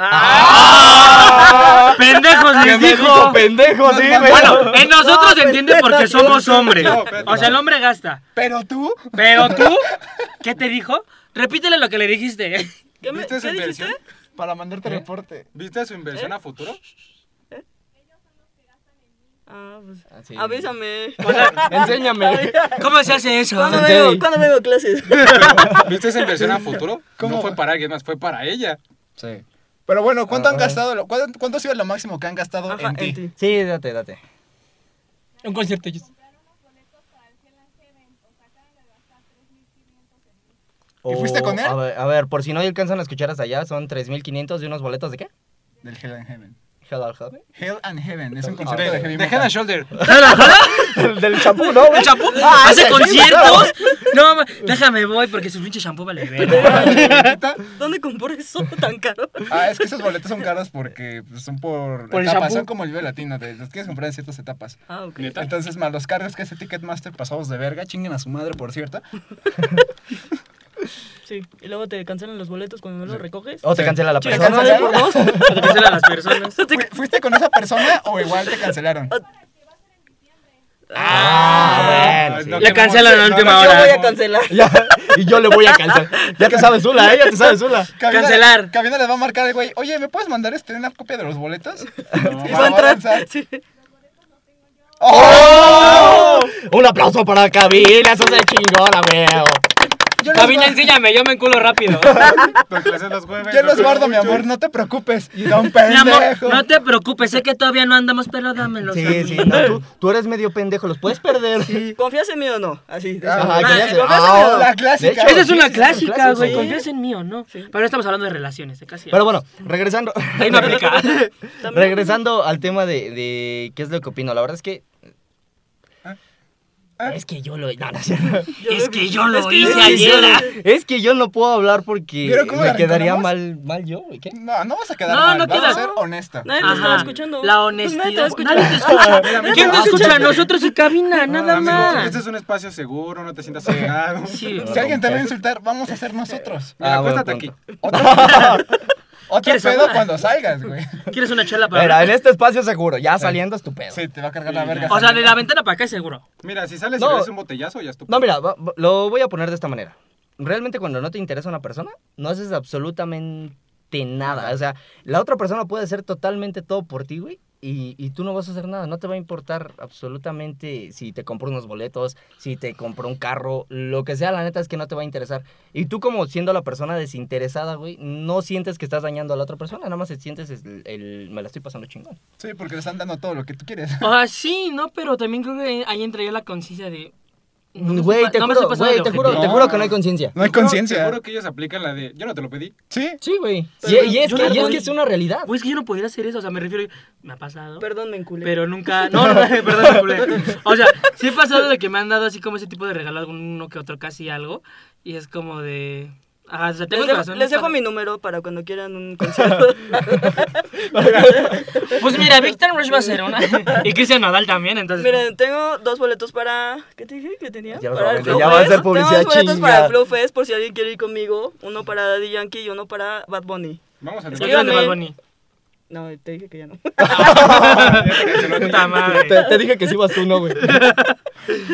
Speaker 3: Ah,
Speaker 5: Pendejos les dijo.
Speaker 1: pendejo, sí,
Speaker 5: Bueno, en nosotros se entiende
Speaker 2: pendejo.
Speaker 5: porque somos hombres.
Speaker 4: No, espérate,
Speaker 5: O sea, el hombre gasta.
Speaker 2: Pero tú.
Speaker 5: Pero tú, ¿qué te dijo? Repítele lo que le dijiste.
Speaker 3: ¿Qué, me,
Speaker 4: ¿Viste
Speaker 3: ¿qué
Speaker 4: su
Speaker 3: dijiste?
Speaker 4: inversión?
Speaker 2: Para mandarte reporte.
Speaker 4: ¿Viste su inversión a futuro?
Speaker 3: Ah, pues,
Speaker 1: Ah, sí.
Speaker 3: avísame.
Speaker 1: Enséñame.
Speaker 5: ¿Cómo se hace eso?
Speaker 3: ¿Cuándo
Speaker 1: Sensei.
Speaker 3: vengo, ¿Cuándo vengo a clases?
Speaker 4: ¿Viste esa inversión a futuro?
Speaker 2: ¿Cómo?
Speaker 4: No fue para alguien más, fue para ella.
Speaker 2: Sí. Pero bueno, ¿cuánto han gastado? lo- ¿Cuánto, cuánto ha sido lo máximo que han gastado
Speaker 3: Ajá,
Speaker 2: en ti?
Speaker 3: en ti.
Speaker 1: Sí, date, date.
Speaker 5: Un concierto. yo-
Speaker 2: ¿Y fuiste con él?
Speaker 1: A ver, a ver, por si no alcanzan a escuchar hasta allá, son 3.500 de unos boletos de qué?
Speaker 2: Del Hell and Heaven.
Speaker 1: Hello, hello.
Speaker 2: Hell and Heaven es un
Speaker 4: De,
Speaker 2: concierto de heavy
Speaker 4: de
Speaker 2: metal.
Speaker 4: Head and Shoulder.
Speaker 1: Del, del champú, ¿no?
Speaker 5: ¿Un champú?
Speaker 1: Ah,
Speaker 5: ¿Hace conciertos? No, ma- déjame voy porque su pinche champú vale verga.
Speaker 3: ¿Dónde compré eso tan caro?
Speaker 2: Ah, es que esos boletos son caros porque pues, son por,
Speaker 5: Por el
Speaker 2: etapas,
Speaker 5: shampoo.
Speaker 2: son como el Vive Latino, te los quieres comprar en ciertas etapas.
Speaker 3: Ah, ok.
Speaker 4: Neta.
Speaker 2: Entonces, más los cargos que hace Ticketmaster pasados de verga, chinguen a su madre, por cierto.
Speaker 3: Sí. Y luego te cancelan los boletos cuando no los recoges.
Speaker 1: O Oh, te cancela la
Speaker 3: Te
Speaker 1: persona.
Speaker 3: Oh, cancelan por dos.
Speaker 5: O te cancelan las personas.
Speaker 2: ¿Fui- ¿Fuiste con esa persona o igual te cancelaron?
Speaker 5: Ah,
Speaker 2: Ah,
Speaker 5: bueno.
Speaker 2: no,
Speaker 5: Le
Speaker 2: qué
Speaker 5: cancelaron en
Speaker 2: mamón.
Speaker 5: última
Speaker 2: No,
Speaker 5: hora.
Speaker 2: no,
Speaker 3: Yo voy a cancelar.
Speaker 1: Ya, y yo le voy a cancelar. Ya te sabes Zula, ¿eh? Ya te sabes Zula.
Speaker 2: Cabina-
Speaker 5: Cancelar.
Speaker 2: Cabina les va a marcar el güey. Oye, ¿me puedes mandar este una copia de los boletos?
Speaker 3: Y va a entrar. Sí.
Speaker 1: ¡Oh! Un aplauso para Cabina, eso se chingona, weón.
Speaker 2: Yo les
Speaker 5: Cabina,
Speaker 2: guardo-
Speaker 5: enséñame, yo me enculo rápido.
Speaker 4: Tus clases los jueves.
Speaker 2: Yo
Speaker 4: los
Speaker 2: los guardo, mi amor, no te preocupes. Y da un pendejo.
Speaker 7: no te preocupes, sé que todavía no andamos, pero dámelo.
Speaker 1: Sí, sí, no, tú, tú eres medio pendejo, los puedes perder.
Speaker 3: ¿Confías en mí o no? Así. de-
Speaker 1: Ajá,
Speaker 3: Ah,
Speaker 1: que ya se-
Speaker 3: ¿confías en mí o
Speaker 1: Ah,
Speaker 3: no?
Speaker 2: la clásica.
Speaker 1: de hecho,
Speaker 5: Esa es
Speaker 1: sí,
Speaker 5: una
Speaker 1: sí, son
Speaker 5: clásica,
Speaker 1: clásicos,
Speaker 5: güey.
Speaker 1: sí.
Speaker 5: Confías en mí o no. Pero no estamos hablando de relaciones, de casi.
Speaker 1: Pero bueno, regresando.
Speaker 5: Ahí no aplica.
Speaker 3: También-
Speaker 1: Regresando al tema de, de qué es lo que opino, la verdad es que.
Speaker 5: Ah.
Speaker 1: Es que yo lo. No, no es cierto.
Speaker 3: Yo
Speaker 7: Es
Speaker 3: lo-
Speaker 7: que yo lo
Speaker 3: es que
Speaker 7: hice
Speaker 3: yo-
Speaker 7: ayer.
Speaker 1: Es que yo no puedo hablar porque
Speaker 2: ¿Vieron cómo
Speaker 1: me
Speaker 2: la
Speaker 1: quedaría
Speaker 2: arreglamos?
Speaker 1: mal, mal yo, güey. ¿Qué?
Speaker 2: No, no vas a quedar
Speaker 7: No,
Speaker 2: mal.
Speaker 7: no
Speaker 2: vas
Speaker 7: quedas-
Speaker 2: a ser honesta.
Speaker 3: Nadie te estaba
Speaker 7: Ajá.
Speaker 3: escuchando.
Speaker 7: La
Speaker 3: Pues nadie te
Speaker 7: honestidad.
Speaker 3: estaba
Speaker 7: Nadie te escucha.
Speaker 2: Mira,
Speaker 5: ¿Quién te
Speaker 2: mira,
Speaker 5: escucha? Nosotros y cabina, nada
Speaker 2: amigos,
Speaker 5: más.
Speaker 4: Este es un espacio seguro, no te sientas cegado.
Speaker 7: Sí.
Speaker 2: Ah, Si alguien te va a insultar, vamos a ser nosotros. Mira,
Speaker 1: Ah, buen
Speaker 2: acuéstate
Speaker 1: punto.
Speaker 2: aquí. Otro, otro
Speaker 7: ¿Quieres
Speaker 2: pedo
Speaker 7: hablar?
Speaker 2: cuando salgas, güey.
Speaker 7: ¿Quieres una chela para
Speaker 1: Mira, en este espacio seguro, ya saliendo estupendo.
Speaker 2: Sí, te va a cargar la verga.
Speaker 7: O sea, de la ventana para acá es seguro.
Speaker 4: Mira, si sales
Speaker 1: No.
Speaker 4: y ves un botellazo, ya es tu
Speaker 1: No, mira, va- va- lo voy a poner de esta manera. Realmente cuando no te interesa una persona, no haces absolutamente nada. O sea, la otra persona puede hacer totalmente todo por ti, güey. Y, y tú no vas a hacer nada, no te va a importar absolutamente si te compro unos boletos, si te compro un carro, lo que sea, la neta es que no te va a interesar. Y tú como siendo la persona desinteresada, güey, no sientes que estás dañando a la otra persona, nada más sientes el, el- me la estoy pasando chingón.
Speaker 2: Sí, porque te están dando todo lo que tú quieres.
Speaker 5: O sea, sí, no, pero también creo que ahí entra yo la conciencia de. no me
Speaker 1: Güey,
Speaker 5: estoy
Speaker 1: te
Speaker 5: pa- no me
Speaker 1: juro,
Speaker 5: estoy pasando
Speaker 1: güey,
Speaker 5: de
Speaker 1: te juro,
Speaker 5: ojete.
Speaker 1: te juro que no hay conciencia.
Speaker 2: No hay
Speaker 4: Te
Speaker 2: conciencia.
Speaker 4: juro que ellos aplican la de, yo no te lo pedí.
Speaker 2: Sí.
Speaker 1: Sí, güey. Y,
Speaker 3: Pero
Speaker 1: y es,
Speaker 5: yo
Speaker 1: que,
Speaker 5: no
Speaker 1: y es
Speaker 5: voy-
Speaker 1: que es una realidad.
Speaker 5: Güey, es que yo no pudiera hacer eso, o sea, me refiero. Me ha pasado.
Speaker 3: Perdón, me enculé.
Speaker 5: Pero nunca. No, no, perdón, me culé. O sea, sí he pasado de que me han dado así como ese tipo de regalo, alguno que otro casi algo. Y es como de. Ah, o sea, tengo
Speaker 3: les
Speaker 5: el
Speaker 3: dejo,
Speaker 5: corazón
Speaker 3: les dejo
Speaker 5: para-
Speaker 3: mi número para cuando quieran un concierto.
Speaker 5: Pues mira, Victor Rush va a ser una. Y Cristian Nadal también, entonces.
Speaker 3: Miren, tengo dos boletos para. ¿Qué te dije que tenía?
Speaker 1: Ya los
Speaker 3: para el
Speaker 1: aumenté,
Speaker 3: Flow
Speaker 1: ya va a
Speaker 3: Fest.
Speaker 1: ser publicidad
Speaker 3: Tengo dos boletos
Speaker 1: chinga.
Speaker 3: para el Flow Fest por si alguien quiere ir conmigo. Uno para Daddy Yankee y uno para Bad Bunny.
Speaker 4: Vamos a
Speaker 5: Yo creo que
Speaker 3: dígame.
Speaker 5: Bad Bunny.
Speaker 3: No, te dije que ya no.
Speaker 5: Puta
Speaker 1: Te,
Speaker 5: madre.
Speaker 1: te dije que sí vas tú, no, güey.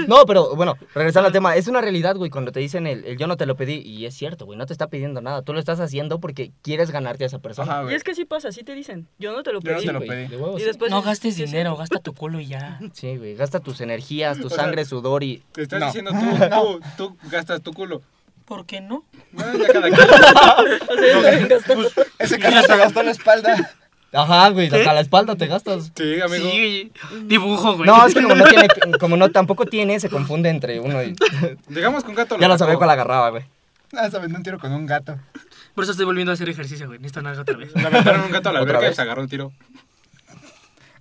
Speaker 1: No, pero bueno, regresando al tema, es una realidad, güey, cuando te dicen el, el yo no te lo pedí, y es cierto, güey, no te está pidiendo nada, tú lo estás haciendo porque quieres ganarte a esa persona.
Speaker 2: Ajá,
Speaker 3: Y
Speaker 2: güey.
Speaker 3: es que sí pasa, sí te dicen. Yo no te lo
Speaker 2: Yo no
Speaker 3: pedí.
Speaker 2: te lo
Speaker 1: güey,
Speaker 2: pedí.
Speaker 1: de huevos.
Speaker 3: Y después.
Speaker 7: No gastes dinero, gasta tu culo y ya.
Speaker 1: Sí, güey, gasta tus energías, tu
Speaker 4: sea,
Speaker 1: sangre, sudor y...
Speaker 4: Te estás
Speaker 2: No.
Speaker 4: diciendo tú, tú, tú gastas tu culo.
Speaker 7: ¿Por qué no?
Speaker 4: Bueno, ya cada quien.
Speaker 2: Ese cabrón te gastó la espalda.
Speaker 1: Ajá, güey, hasta la espalda te gastas.
Speaker 4: Sí, amigo.
Speaker 5: Sí, dibujo, güey.
Speaker 1: No, es que como no tiene, como no, tampoco tiene, se confunde entre uno y...
Speaker 4: Llegamos con gato.
Speaker 1: Ya lo
Speaker 4: sacó.
Speaker 1: sabía cuál agarraba, güey.
Speaker 2: Ah, se aventó un tiro con un gato.
Speaker 5: Por eso estoy volviendo a hacer ejercicio, güey. Necesito nada otra vez.
Speaker 4: Le aventaron un gato a la
Speaker 1: ¿Otra
Speaker 4: alberca y
Speaker 1: vez?
Speaker 4: se agarró un tiro.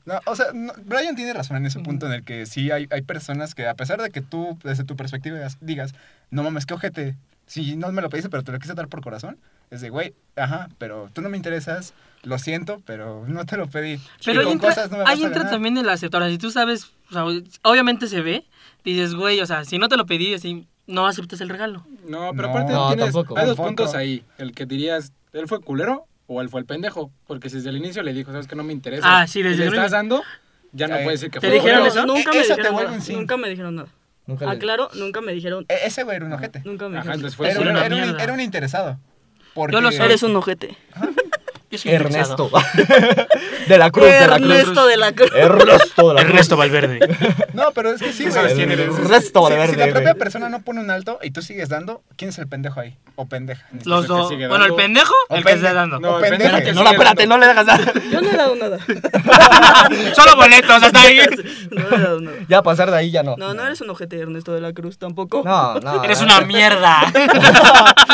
Speaker 2: No, o sea, no, Brian tiene razón en ese punto en el que sí hay, hay personas que a pesar de que tú desde tu perspectiva digas- digas, no mames, qué ojete, si no me lo pediste pero te lo quise dar por corazón, es de, güey, ajá, pero tú no me interesas, lo siento, pero no te lo pedí.
Speaker 5: Pero
Speaker 2: Y
Speaker 5: ahí
Speaker 2: con
Speaker 5: entra,
Speaker 2: cosas no me
Speaker 5: ahí
Speaker 2: vas a
Speaker 5: entra
Speaker 2: ganar.
Speaker 5: también el aceptar. O sea, si tú sabes, o sea, obviamente se ve, dices, güey, o sea, si no te lo pedí, así, no aceptas el regalo.
Speaker 4: No,
Speaker 2: No.
Speaker 4: pero aparte
Speaker 1: No,
Speaker 4: tienes,
Speaker 1: tampoco.
Speaker 4: hay dos
Speaker 2: Tampoco.
Speaker 4: puntos ahí. El que dirías, él fue culero o él fue el pendejo. Porque si desde el inicio le dijo, sabes que no me interesa.
Speaker 5: Ah, sí, desde
Speaker 4: y le
Speaker 5: el
Speaker 4: estás
Speaker 5: inicio.
Speaker 4: dando, ya no
Speaker 2: Eh,
Speaker 4: puedes decir que
Speaker 5: ¿Te
Speaker 4: fue
Speaker 5: dijeron
Speaker 4: culero.
Speaker 5: eso?
Speaker 3: Nunca me
Speaker 2: Eso te
Speaker 3: dijeron
Speaker 2: vuelve
Speaker 3: nada.
Speaker 2: un sí.
Speaker 3: Nunca me dijeron nada.
Speaker 1: Nunca le-
Speaker 3: Aclaro, nunca me dijeron.
Speaker 2: E- ese güey era un ojete.
Speaker 3: Nunca me
Speaker 4: Ajá,
Speaker 3: dijeron.
Speaker 4: entonces fue
Speaker 2: Era, un-
Speaker 4: culero.
Speaker 5: una
Speaker 2: era un,
Speaker 5: mierda.
Speaker 2: era un interesado. Porque,
Speaker 5: Yo lo sé.
Speaker 3: Eres un ojete.
Speaker 7: Yo soy
Speaker 1: Ernesto. De la cruz, Eh. de la cruz.
Speaker 3: Ernesto de la Cruz.
Speaker 1: Ernesto de la cruz.
Speaker 5: Valverde.
Speaker 2: No, pero es que sí, güey.
Speaker 4: sabes quién eres.
Speaker 1: Ernesto de
Speaker 2: Si- si la
Speaker 1: verde,
Speaker 2: propia
Speaker 1: güey.
Speaker 2: persona no pone un alto y tú sigues dando, ¿quién es el pendejo ahí? O pendeja.
Speaker 5: Los
Speaker 4: Entonces,
Speaker 5: dos.
Speaker 4: ¿qué sigue
Speaker 5: Bueno, el
Speaker 4: dando?
Speaker 5: pendejo,
Speaker 2: O
Speaker 5: el que está
Speaker 2: pende-
Speaker 5: dando.
Speaker 2: No,
Speaker 4: No, el pendejo.
Speaker 2: espérate,
Speaker 4: que
Speaker 1: No, no,
Speaker 4: sigue
Speaker 1: espérate,
Speaker 4: dando.
Speaker 1: no le dejas nada.
Speaker 3: Yo no he dado nada.
Speaker 5: Solo boletos, hasta ahí.
Speaker 3: No le he dado nada.
Speaker 1: Ya pasar de ahí ya no.
Speaker 3: No, no eres un ojete, Ernesto de la Cruz, tampoco.
Speaker 1: No,
Speaker 5: Ah.
Speaker 1: no.
Speaker 7: Eres una mierda.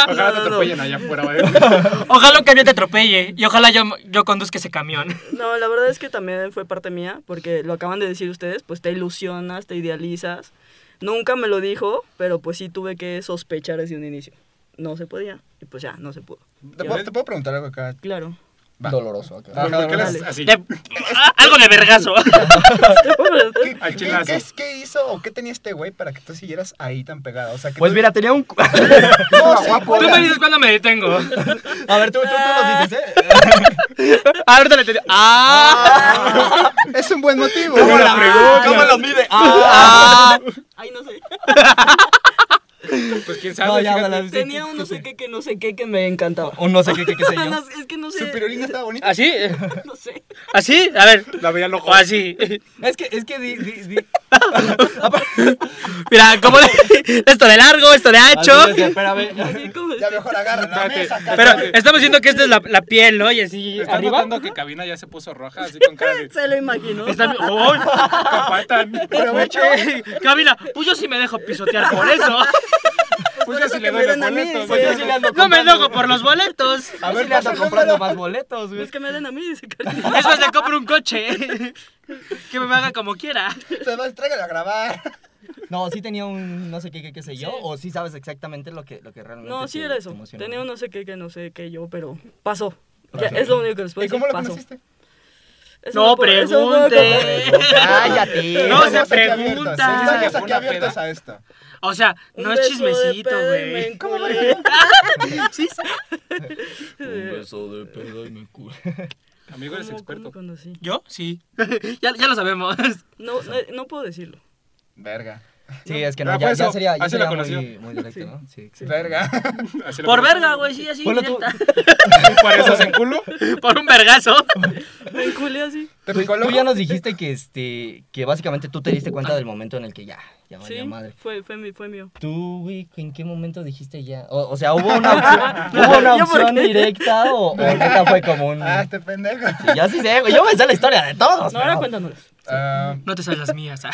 Speaker 4: Ojalá te atropellen allá afuera, güey.
Speaker 7: Ojalá un camión te atropelle y ojalá yo, yo conduzca ese camión.
Speaker 3: No, la verdad es que también fue parte mía, porque lo acaban de decir ustedes, pues te ilusionas, te idealizas. Nunca me lo dijo, pero pues sí tuve que sospechar desde un inicio. No se podía, y pues ya, no se pudo.
Speaker 2: ¿Te puedo, te puedo preguntar algo acá?
Speaker 3: Claro.
Speaker 4: Va.
Speaker 1: doloroso. acá.
Speaker 4: Pero ¿Por qué las- así?
Speaker 5: De- ah, algo de vergazo.
Speaker 2: ¿Qué,
Speaker 4: Al
Speaker 2: qué-
Speaker 4: chilazo.
Speaker 2: qué es- qué hizo o qué tenía este güey para que tú siguieras ahí tan pegada? O sea, que
Speaker 1: Pues
Speaker 2: tú-
Speaker 1: mira, tenía un...
Speaker 2: No, sí,
Speaker 5: Tú
Speaker 2: hola.
Speaker 5: me dices cuándo me detengo.
Speaker 1: A ver, tú, tú, tú nos dices, ¿eh?
Speaker 5: Ah, ahorita le entendí. Ah,
Speaker 8: Es un buen motivo.
Speaker 2: Ah,
Speaker 1: ¿Cómo lo mide? Ah,
Speaker 3: Ay, no sé.
Speaker 4: Pues quién sabe.
Speaker 1: No, ya,
Speaker 4: fíjate.
Speaker 1: bueno, sí.
Speaker 3: Tenía un no sé qué que no sé qué que me encantaba.
Speaker 1: O no sé qué, qué, qué sé yo.
Speaker 3: No sé, es que no sé.
Speaker 2: Su pirulina estaba bonita.
Speaker 5: así,
Speaker 3: No sé.
Speaker 5: así, ¿Ah, a ver. Ah,
Speaker 4: La veía
Speaker 5: O
Speaker 4: loco.
Speaker 5: así.
Speaker 1: Es que, es que di, di, di.
Speaker 5: Mira, como le- esto de largo, esto de ancho.
Speaker 1: Así decía, espérame.
Speaker 3: Así como
Speaker 2: Ya
Speaker 3: este.
Speaker 2: mejor agarra la mesa. acá.
Speaker 5: Pero estamos diciendo que esta es la, la piel, ¿no? Y así
Speaker 4: Estás
Speaker 5: arriba.
Speaker 4: notando que cabina ya se puso roja, así con cara de.
Speaker 3: Se lo imaginó.
Speaker 5: Está- ¡Uy!
Speaker 4: Capatán.
Speaker 2: Aprovecho.
Speaker 5: Eh, Camila, pues yo sí me dejo pisotear por eso.
Speaker 4: Pues ya si
Speaker 3: que
Speaker 4: le doy
Speaker 3: me
Speaker 4: los
Speaker 3: den a mí,
Speaker 4: boletos.
Speaker 3: sí.
Speaker 4: Pues ya
Speaker 1: le ando
Speaker 5: No me enojo por los boletos.
Speaker 1: A ver,
Speaker 2: ver,
Speaker 1: le ando
Speaker 2: pasa el
Speaker 1: comprando
Speaker 2: número.
Speaker 1: más boletos, güey.
Speaker 3: Es que me den a mí, dice Carlos.
Speaker 5: Es más, le compro un coche. Que me haga como quiera.
Speaker 2: Te vas, tráigalo a grabar.
Speaker 1: No, sí tenía un no sé qué, qué, qué sé yo. O sí sabes exactamente lo que, lo que realmente.
Speaker 3: No, sí
Speaker 1: te-
Speaker 3: era
Speaker 1: te
Speaker 3: eso.
Speaker 1: emociona.
Speaker 3: Tenía un no sé qué que no sé qué yo, pero pasó. Ya, es lo único que les puedo
Speaker 2: ¿Y
Speaker 3: decir.
Speaker 2: cómo lo
Speaker 3: pasó.
Speaker 2: conociste?
Speaker 3: Eso
Speaker 5: No
Speaker 3: puedo- eso puedo
Speaker 5: pregunte.
Speaker 1: Cállate.
Speaker 5: No se
Speaker 2: Estamos aquí abiertos,
Speaker 5: pregunta.
Speaker 2: Estamos aquí
Speaker 4: Una
Speaker 2: abiertos
Speaker 4: peda.
Speaker 2: a esto.
Speaker 5: O sea,
Speaker 3: Un
Speaker 5: no es
Speaker 3: beso de
Speaker 5: chismecito,
Speaker 3: pedo y me
Speaker 5: güey.
Speaker 3: enculé.
Speaker 4: le- Amigo
Speaker 3: ¿Cómo-
Speaker 4: eres
Speaker 3: cómo
Speaker 4: experto.
Speaker 3: conocí?
Speaker 5: ¿Yo? Sí. ya, ya lo sabemos.
Speaker 3: No, no, no puedo decirlo.
Speaker 2: Verga.
Speaker 1: Sí, es que no,
Speaker 4: Ah,
Speaker 1: ya,
Speaker 4: pues
Speaker 1: ya
Speaker 4: eso,
Speaker 1: sería, ya
Speaker 4: así
Speaker 1: sería
Speaker 4: la
Speaker 1: muy,
Speaker 4: conocí.
Speaker 1: muy directo, ¿no? Sí, sí.
Speaker 2: Verga.
Speaker 4: Así lo
Speaker 5: Por
Speaker 4: pongo.
Speaker 5: verga, güey, sí, así.
Speaker 1: Ponlo tú.
Speaker 5: directa.
Speaker 4: Por eso se enculo.
Speaker 5: Por un vergazo.
Speaker 3: Me enculé así.
Speaker 2: ¿Te
Speaker 1: Tú,
Speaker 2: picó el
Speaker 1: tú
Speaker 2: ojo?
Speaker 1: ya nos dijiste que, este, que básicamente tú te diste cuenta del momento en el que ya, ya valía
Speaker 3: Sí,
Speaker 1: madre.
Speaker 3: fue, fue, mi- fue mío.
Speaker 1: ¿Tú, güey, en qué momento dijiste ya? O, o sea, ¿hubo una opción, ¿hubo una
Speaker 3: ¿Yo por
Speaker 1: opción
Speaker 3: qué?
Speaker 1: directa o, o neta fue como un...?
Speaker 2: Ah, este pendejo.
Speaker 1: Sí, yo sí sé, güey, yo me sé la historia de todos.
Speaker 3: No, ahora
Speaker 1: pero-
Speaker 3: cuéntanos.
Speaker 2: Ah,
Speaker 5: No te sabes las mías. ah.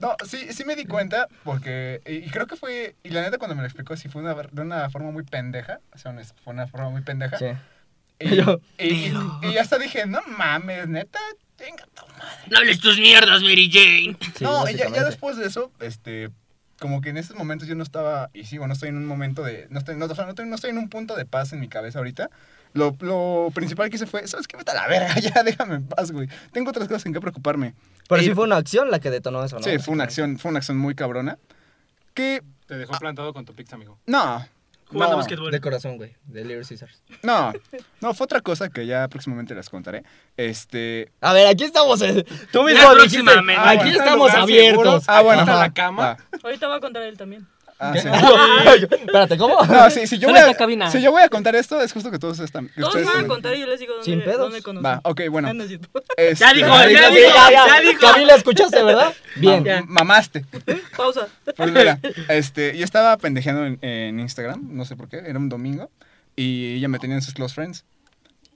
Speaker 2: No, sí, sí me di cuenta porque, y y creo que fue, y la neta cuando me lo explicó, sí fue una, ver- de una forma muy pendeja, o sea, una- fue una forma muy pendeja.
Speaker 1: Sí.
Speaker 2: Y,
Speaker 1: Yo-
Speaker 2: y, y- y hasta dije, no mames, neta, venga, toma.
Speaker 5: No hables tus mierdas, Mary Jane.
Speaker 1: Sí,
Speaker 2: no, y ya, ya
Speaker 1: básicamente.
Speaker 2: después de eso, este, como que en esos momentos yo no estaba, y sigo, no estoy en un momento de, no estoy, no, o sea, no estoy, no estoy en un punto de paz en mi cabeza ahorita. Lo, lo principal que hice fue, ¿sabes qué? Vete a la verga, ya déjame en paz, güey. Tengo otras cosas en que preocuparme.
Speaker 1: Pero sí fue una acción la que detonó eso, ¿no?
Speaker 2: Eh, Sí, fue una acción, fue una acción muy cabrona. Que,
Speaker 4: Te dejó plantado con tu pix, amigo.
Speaker 2: no.
Speaker 5: Jugando
Speaker 2: no.
Speaker 5: básquetbol.
Speaker 1: De corazón, güey, de Little Scissors.
Speaker 2: No, no, fue otra cosa que ya próximamente les contaré. Este.
Speaker 1: A ver, aquí estamos, eh, tú
Speaker 5: Ya
Speaker 1: mismo dijiste,
Speaker 5: próximamente.
Speaker 1: aquí
Speaker 5: Ah, bueno.
Speaker 1: estamos
Speaker 4: Lugar
Speaker 1: abiertos.
Speaker 4: seguro. Ah, bueno, Ah,
Speaker 2: ajá,
Speaker 4: la cama.
Speaker 2: va.
Speaker 3: Ahorita va a contar él también.
Speaker 2: Ah,
Speaker 1: ¿Qué?
Speaker 2: sí.
Speaker 1: Espérate, ¿cómo?
Speaker 2: No, sí, si yo,
Speaker 5: Solo
Speaker 2: voy
Speaker 5: esta cabina.
Speaker 2: a, si yo voy a contar esto, es justo que todos están. que
Speaker 3: Todos
Speaker 2: ustedes
Speaker 3: van a
Speaker 2: también.
Speaker 3: contar y yo les digo dónde,
Speaker 1: Sin pedos.
Speaker 3: dónde conocí.
Speaker 2: Va, ok, bueno.
Speaker 3: Ah, no es cierto.
Speaker 2: este-
Speaker 5: Ya dijo,
Speaker 2: Ah,
Speaker 5: ya
Speaker 1: Sí,
Speaker 5: dijo,
Speaker 1: ya
Speaker 5: ya dijo.
Speaker 1: Camila, ¿escuchaste, verdad? Bien.
Speaker 5: Ya.
Speaker 2: Mamaste.
Speaker 3: Pausa.
Speaker 2: Pues mira, este, yo estaba pendejeando en, en Instagram, no sé por qué, era un domingo, y ella me tenía en sus close friends.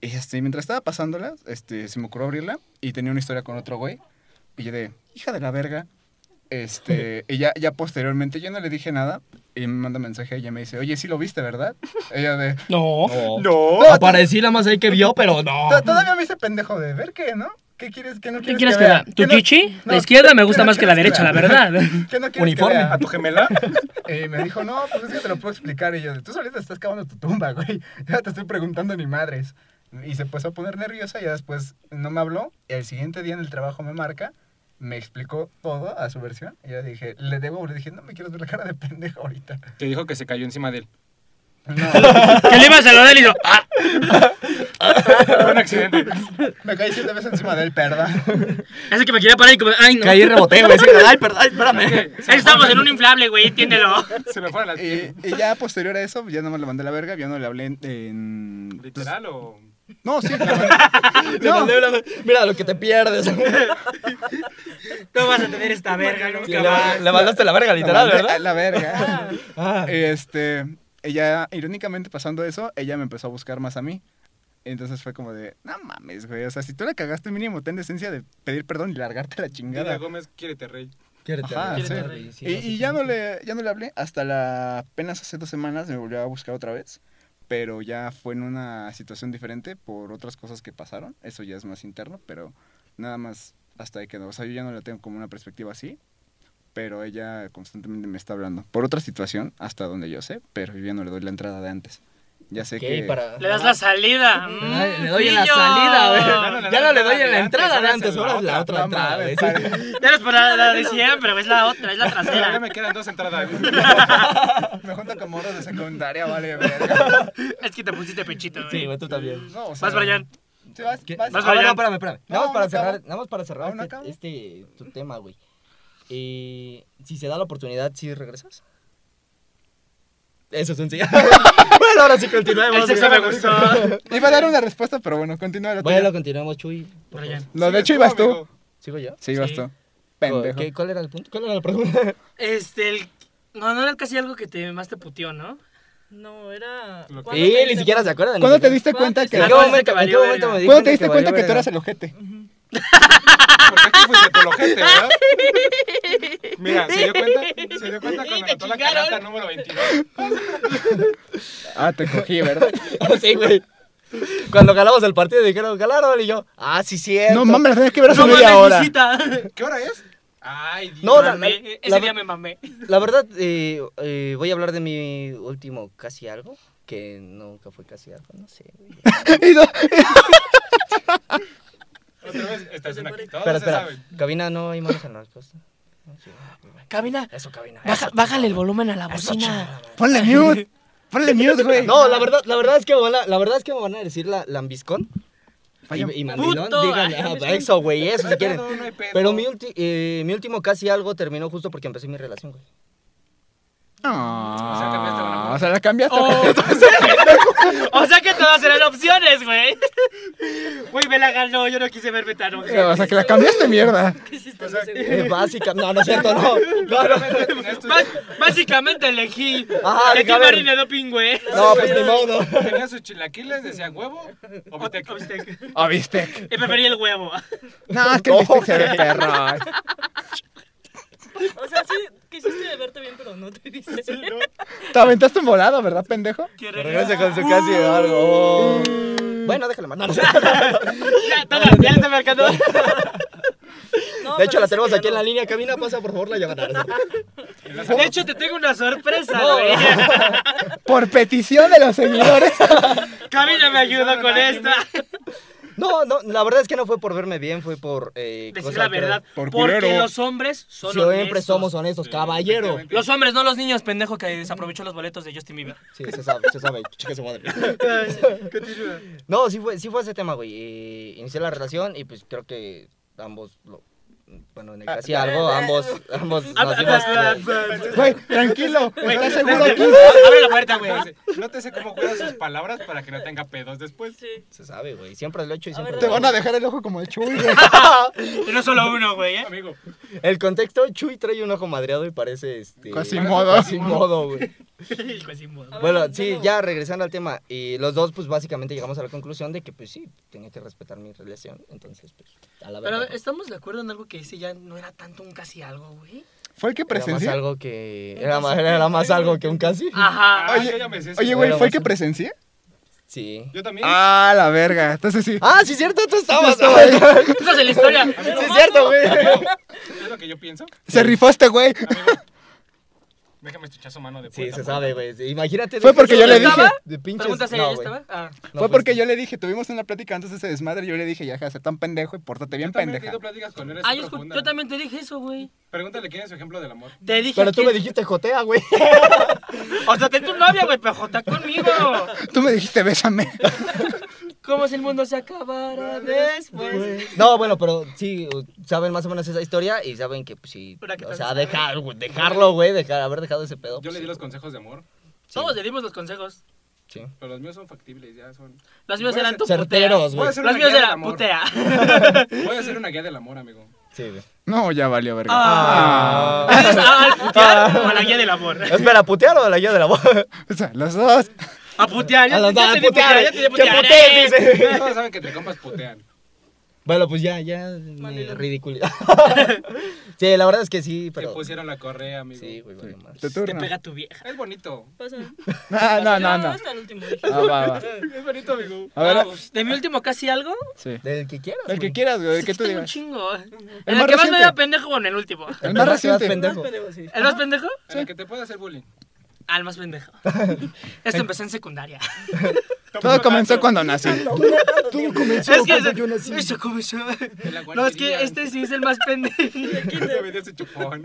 Speaker 2: Y este, mientras estaba pasándola, este, se me ocurrió abrirla y tenía una historia con otro güey. Y yo de, hija de la verga. Este, y ya, ya posteriormente yo no le dije nada y me manda mensaje, ella me dice, oye, sí lo viste, ¿verdad? Ella de,
Speaker 5: No.
Speaker 2: no.
Speaker 1: Aparecí la más ahí que vio, pero no.
Speaker 2: to- Todavía me hice pendejo de ver qué, ¿no? ¿Qué quieres que no
Speaker 5: ¿Qué
Speaker 2: quieres
Speaker 5: quieres que
Speaker 2: vea?
Speaker 5: vea? ¿Tu
Speaker 2: ¿Qué no-
Speaker 5: chichi?
Speaker 2: no,
Speaker 5: La izquierda me
Speaker 2: ¿qué
Speaker 5: gusta
Speaker 2: no
Speaker 5: más que la
Speaker 2: quieres
Speaker 5: derecha, la
Speaker 2: vea?
Speaker 5: verdad.
Speaker 2: ¿Qué no quieres
Speaker 1: Uniforme.
Speaker 2: que vea?
Speaker 4: ¿A tu gemela?
Speaker 2: Y me dijo, no, pues es que te lo puedo explicar. Y yo, tú solita estás cavando tu tumba, güey. Ya te estoy preguntando ni madres. Y se puso a poner nerviosa y ya después no me habló. Y el siguiente día en el trabajo me marca, me explicó todo a su versión. Y yo dije, le debo, le dije, no me quieres ver la cara de pendejo ahorita.
Speaker 4: Te dijo que se cayó encima de él.
Speaker 2: No,
Speaker 5: Que le iba a saludar y dijo, ah,
Speaker 4: Fue un accidente.
Speaker 2: me caí siete veces encima de él, perdón.
Speaker 5: así que me quería parar y como, ay, no.
Speaker 1: Caí y reboté, güey. sí, Ay, perdón, ay, espérame.
Speaker 5: Estamos en un inflable, güey, entiéndelo.
Speaker 4: Se me fueron las.
Speaker 2: Y, Eh, y ya posterior a eso, ya nomás le mandé la verga, ya no le hablé en... en- pues,
Speaker 4: ¿Literal o.?
Speaker 2: no, sí, le mandé-
Speaker 1: Te mandé una- Mira lo que te pierdes.
Speaker 5: No vas a tener esta verga nunca
Speaker 1: le,
Speaker 5: más.
Speaker 1: le mandaste la verga, literal,
Speaker 2: La mandé
Speaker 1: ¿verdad?
Speaker 2: a La verga.
Speaker 1: Ah.
Speaker 2: Este, ella, irónicamente pasando eso, ella me empezó a buscar más a mí. Entonces fue como de, no mames, güey. O sea, si tú la cagaste, mínimo ten decencia de pedir perdón y largarte a la
Speaker 4: Dina
Speaker 2: chingada.
Speaker 4: Gómez, quiérete rey.
Speaker 1: Quiérete,
Speaker 2: Ajá,
Speaker 1: güey,
Speaker 2: sí.
Speaker 1: quiérete, sí,
Speaker 2: y
Speaker 1: no sé
Speaker 2: Eh, y
Speaker 1: qué.
Speaker 2: ya, no le, ya no le hablé. Hasta la, apenas hace dos semanas me volvió a buscar otra vez. Pero ya fue en una situación diferente por otras cosas que pasaron. Eso ya es más interno, pero nada más hasta ahí quedó. O sea, yo ya no la tengo como una perspectiva así. Pero ella constantemente me está hablando. Por otra situación, hasta donde yo sé, pero yo ya no le doy la entrada de antes.
Speaker 9: Ya sé
Speaker 1: Ok,
Speaker 9: que.
Speaker 1: para...
Speaker 5: Le das la salida.
Speaker 1: Ay,
Speaker 5: Mm,
Speaker 1: le doy en la
Speaker 5: pillo.
Speaker 1: salida, güey.
Speaker 4: no, no,
Speaker 1: ya no
Speaker 4: no,
Speaker 1: le doy
Speaker 4: no,
Speaker 1: en la
Speaker 4: no,
Speaker 1: entrada de
Speaker 4: no,
Speaker 1: antes,
Speaker 4: no,
Speaker 1: ahora es
Speaker 4: no,
Speaker 1: la
Speaker 2: Ah,
Speaker 4: no,
Speaker 1: otra entrada. ¿eh? güey, sí.
Speaker 5: Ya no es por la, la de siempre, güey, es la otra, es la trasera.
Speaker 4: me quedan dos entradas.
Speaker 9: Me junto con morros de secundaria, vale, verga.
Speaker 5: Es que te pusiste pechito, güey.
Speaker 1: Sí, güey, tú también.
Speaker 9: No, o sea,
Speaker 5: Vas, Brian.
Speaker 9: sí, vas,
Speaker 1: ¿Qué?
Speaker 9: vas.
Speaker 1: Ah,
Speaker 5: para
Speaker 1: no,
Speaker 5: allá.
Speaker 1: espérame, espérame.
Speaker 9: No,
Speaker 1: Nada más para
Speaker 9: no acabo.
Speaker 1: cerrar, nada más para cerrar
Speaker 9: Aún no acabo.
Speaker 1: este, este tu tema, güey. Eh, si se da la oportunidad, ¿sí regresas? Eso es un sí. bueno, ahora sí continuemos.
Speaker 5: El sexo
Speaker 1: güey.
Speaker 5: me gustó.
Speaker 9: Iba a dar una respuesta, pero bueno, continúa la tuya.
Speaker 1: Bueno, continuemos, Chuy. por favor.
Speaker 5: Brian.
Speaker 9: No, de hecho ibas tú.
Speaker 1: ¿Sigo yo?
Speaker 9: Sí, ibas
Speaker 5: Sí.
Speaker 9: tú. Pendejo.
Speaker 1: ¿Qué- ¿Cuál era el punto? ¿Cuál era la pregunta?
Speaker 5: Este, el... No, no era casi algo que te más te puteó, ¿no?
Speaker 3: No, era...
Speaker 4: Lo que-
Speaker 3: ¿cuándo
Speaker 1: Y
Speaker 3: te
Speaker 1: ni
Speaker 3: diste
Speaker 1: siquiera se acuerdan. ni
Speaker 2: ¿Cuándo te
Speaker 1: siquiera.
Speaker 2: diste cuenta que...
Speaker 1: ¿En qué
Speaker 5: Ah,
Speaker 1: momento,
Speaker 5: ese
Speaker 1: en qué
Speaker 5: valió
Speaker 1: momento
Speaker 5: verga.
Speaker 1: me di
Speaker 2: ¿Cuándo te diste
Speaker 1: que
Speaker 2: cuenta que
Speaker 1: valió
Speaker 2: tú eras
Speaker 1: verga?
Speaker 2: el ojete?
Speaker 4: Porque aquí fuiste tu ojete, ¿verdad? Mira, se dio cuenta, se dio cuenta cuando anotó la canasta número 22.
Speaker 2: Ah, te cogí, ¿verdad?
Speaker 1: Sí, güey. Cuando ganamos el partido dijeron, ganaron, y yo, ah, sí, cierto.
Speaker 2: No mames, la tenías que ver hace
Speaker 5: No mames,
Speaker 2: media hora.
Speaker 5: visita.
Speaker 4: ¿Qué hora es? Ay, Dios.
Speaker 1: No, la-
Speaker 5: Mamé.
Speaker 1: la-
Speaker 5: Ese
Speaker 1: la-
Speaker 5: día me mamé.
Speaker 1: La verdad, eh, eh, voy a hablar de mi último casi algo, que nunca fue casi algo, no sé. güey.
Speaker 4: Otra vez, estás en aquí. Todos
Speaker 1: Espera,
Speaker 4: se
Speaker 1: espera.
Speaker 4: saben.
Speaker 1: Cabina, no hay manos en la respuesta. No, sí, güey, güey.
Speaker 5: Camina,
Speaker 1: Eso, cabina.
Speaker 5: baja-
Speaker 1: eso,
Speaker 5: bájale el
Speaker 1: chingada,
Speaker 5: volumen a la
Speaker 1: eso,
Speaker 5: bocina.
Speaker 1: chingada, güey.
Speaker 2: Ponle mute. Ponle mute, güey.
Speaker 1: No, la verdad, la verdad es que me van a, la verdad es que me van a decir la lambiscón. Y, y mandilón,
Speaker 5: Puto,
Speaker 1: digan,
Speaker 5: ay,
Speaker 1: ah,
Speaker 5: lambiscón.
Speaker 1: eso, güey, eso si quieren.
Speaker 4: No, no hay pedo.
Speaker 1: Pero mi, ulti- eh, mi último casi algo terminó justo porque empecé mi relación, güey.
Speaker 4: sea, cambiaste una
Speaker 2: Ah,
Speaker 4: morra.
Speaker 2: o sea, la cambiaste.
Speaker 5: Oh. o sea que todas eran opciones, güey. Güey, me la ganó, yo no quise verme tan ojete.
Speaker 2: O sea, que la cambiaste, mierda.
Speaker 3: cuenta? No sé, güey.
Speaker 1: Eh, básica, no, no es cierto, no. No, no.
Speaker 4: Tenías tu-
Speaker 5: Bás- Básicamente elegí.
Speaker 1: Ajá,
Speaker 5: Elegí
Speaker 1: cabrón.
Speaker 5: marinado pingüe.
Speaker 1: No, pues ni modo.
Speaker 4: Tenías sus chilaquiles, decían huevo o bistec.
Speaker 2: Ah, viste.
Speaker 5: Y preferí el huevo.
Speaker 2: No, es que
Speaker 1: No,
Speaker 2: el bistec se ve perro.
Speaker 3: O sea, sí, quisiste verte bien, pero no te viste.
Speaker 2: Te aventaste un volado, ¿verdad, pendejo? Uh.
Speaker 5: Que
Speaker 1: Regresa con su casi algo. Bueno, déjale mandar.
Speaker 5: Ya, toma, ya le está marcando.
Speaker 3: No,
Speaker 1: De hecho,
Speaker 3: pero
Speaker 1: la
Speaker 3: sí
Speaker 1: tenemos
Speaker 3: que
Speaker 1: aquí en
Speaker 3: no.
Speaker 1: la línea cabina. Pasa, por favor, la llamada.
Speaker 5: De hecho, te tengo una sorpresa, güey.
Speaker 2: Por petición de los seguidores.
Speaker 5: Camila me ayudó con esta.
Speaker 1: No, no, la verdad es que no fue por verme bien, fue por. Eh,
Speaker 5: Decir
Speaker 1: cosas
Speaker 5: la
Speaker 1: que-
Speaker 5: verdad.
Speaker 9: Por
Speaker 5: Porque
Speaker 9: culero.
Speaker 5: los hombres son
Speaker 1: Siempre
Speaker 5: honestos.
Speaker 1: somos honestos, caballero.
Speaker 5: Los hombres, no los niños, pendejo, que desaprovechó los boletos de Justin Bieber.
Speaker 1: Sí, se sabe, se sabe. Chica su madre. No, sí fue, sí fue ese tema, güey. Eh, inicié la relación y pues creo que ambos. Lo, bueno, en el casi algo, ambos. Ambos. nos dimos-
Speaker 2: Güey, tranquilo. ¿Estás seguro aquí?
Speaker 5: Abre la puerta, güey.
Speaker 4: Nótese cómo cuida sus palabras para que no tenga pedos después.
Speaker 1: se sabe, güey. Siempre lo he hecho y siempre.
Speaker 2: Te
Speaker 1: lo
Speaker 2: van
Speaker 1: hago.
Speaker 2: a dejar el ojo como el chuy, güey.
Speaker 5: Y no solo uno, güey, ¿eh?
Speaker 4: Amigo,
Speaker 1: El contexto: Chuy trae un ojo madreado y parece este.
Speaker 2: Casi modo.
Speaker 1: Sin modo, güey.
Speaker 3: A ver,
Speaker 1: Bueno,
Speaker 3: no,
Speaker 1: sí,
Speaker 3: no.
Speaker 1: ya regresando al tema, y los dos, pues básicamente llegamos a la conclusión de que, pues sí, tenía que respetar mi relación, entonces, pues, a la
Speaker 5: Pero
Speaker 1: verdad.
Speaker 5: estamos de acuerdo en algo que ese ya no era tanto un casi algo, güey.
Speaker 2: Fue el que
Speaker 1: Era más
Speaker 2: presenció.
Speaker 1: algo que. Era más, era más algo que un casi.
Speaker 5: Ajá.
Speaker 4: ah,
Speaker 2: Oye,
Speaker 4: yo ya me sé eso.
Speaker 2: Oye, güey,
Speaker 1: Era
Speaker 2: ¿fue
Speaker 1: más-
Speaker 2: el que presencié?
Speaker 1: Sí.
Speaker 4: Yo también.
Speaker 2: Ah, la verga. Entonces sí.
Speaker 1: Ah, sí, cierto, tú estabas.
Speaker 5: Esa es la historia.
Speaker 1: Sí, es cierto, güey.
Speaker 4: Es lo que yo pienso.
Speaker 2: Se rifó este güey.
Speaker 4: Amigo, déjame estuchar su mano de
Speaker 1: Sí,
Speaker 4: puerta.
Speaker 1: se sabe, güey. sí, Imagínate.
Speaker 2: Fue porque yo le dije.
Speaker 5: estaba?
Speaker 1: De pinches.
Speaker 5: Pregunta seria,
Speaker 1: no, pues,
Speaker 5: ¿ya
Speaker 1: güey,
Speaker 5: estaba? Ah.
Speaker 1: no
Speaker 2: Fue
Speaker 1: fuiste.
Speaker 2: porque yo le dije, tuvimos una plática antes de ese desmadre, yo le dije, ya, deja de ser tan pendejo y pórtate bien
Speaker 4: Yo también he
Speaker 2: pendeja.
Speaker 4: tenido pláticas con él.
Speaker 5: Ah,
Speaker 4: así
Speaker 5: yo, escu-
Speaker 4: profunda.
Speaker 5: yo también te dije eso, güey.
Speaker 4: Pregúntale quién es su ejemplo del amor.
Speaker 5: Te dije.
Speaker 1: Pero tú
Speaker 5: que-
Speaker 1: me dijiste jotea, güey.
Speaker 5: O sea, ten tu novia, güey, pero jota conmigo.
Speaker 2: Tú me dijiste, bésame.
Speaker 5: Como si el mundo se acabara después.
Speaker 1: No, bueno, pero sí, saben más o menos esa historia y saben que, pues sí.
Speaker 5: Pero que
Speaker 1: O
Speaker 5: tal
Speaker 1: sea,
Speaker 5: vez-
Speaker 1: dejar, güey, dejarlo, güey, dejar, haber dejado ese pedo.
Speaker 4: Yo
Speaker 1: pues,
Speaker 4: le di
Speaker 1: sí,
Speaker 4: los consejos de amor,
Speaker 5: Todos le dimos los consejos.
Speaker 1: Sí.
Speaker 4: pero los míos son factibles, ya son.
Speaker 5: Los míos eran tu
Speaker 1: Certeros, güey.
Speaker 5: putea.
Speaker 4: Voy a hacer
Speaker 5: Los
Speaker 4: una
Speaker 5: míos
Speaker 4: guía del
Speaker 5: eran
Speaker 4: amor.
Speaker 5: putea.
Speaker 4: Voy a hacer una guía del amor, amigo.
Speaker 1: Sí, güey.
Speaker 2: No, ya valió verga.
Speaker 5: Ah. ¿Eres a- al putear o a la guía del amor?
Speaker 1: Espera, ¿putear o de la guía de la voz?
Speaker 2: O sea, los dos.
Speaker 5: A putear.
Speaker 1: A
Speaker 5: ya-
Speaker 1: los
Speaker 5: ya
Speaker 1: dos,
Speaker 5: te di
Speaker 1: putear.
Speaker 5: ya te di
Speaker 1: Que
Speaker 5: putear, eh.
Speaker 1: putees, dice.
Speaker 4: Todos saben que te compas putean.
Speaker 1: Bueno, pues ya, ya, me ridiculidad. sí, la verdad es que sí,
Speaker 4: Te
Speaker 1: pero...
Speaker 4: pusieron la correa, amigo.
Speaker 1: Sí, güey, vale más.
Speaker 2: Te
Speaker 5: Te
Speaker 2: turno.
Speaker 5: pega tu vieja.
Speaker 4: Es bonito.
Speaker 3: Pasa.
Speaker 2: No, Ah, no, no, no.
Speaker 3: Hasta el último dije.
Speaker 2: Ah, va, va.
Speaker 4: Es bonito, amigo.
Speaker 2: A ver,
Speaker 5: Vamos, de mi último casi algo.
Speaker 2: sí.
Speaker 1: Del que quieras,
Speaker 2: El que
Speaker 1: güey.
Speaker 2: quieras, güey, el
Speaker 5: Es
Speaker 2: que tú
Speaker 5: tengo un
Speaker 2: digas.
Speaker 5: chingo. En el
Speaker 2: más
Speaker 5: que más me
Speaker 2: reciente.
Speaker 5: vea pendejo o en el último.
Speaker 2: El más
Speaker 1: que seas
Speaker 2: reciente.
Speaker 1: pendejo.
Speaker 3: Pero sí.
Speaker 5: ¿El más pendejo?
Speaker 4: En el que te puede hacer bullying.
Speaker 5: Al más pendejo. Esto empezó en secundaria.
Speaker 10: Todo comenzó cuando nací.
Speaker 1: Todo comenzó
Speaker 5: Es que
Speaker 1: cuando
Speaker 5: se-
Speaker 1: yo nací.
Speaker 5: eso comenzó.
Speaker 4: la
Speaker 5: No, es que
Speaker 4: guardería.
Speaker 5: este sí es el más pendejo.
Speaker 4: Te vendía ese chupón.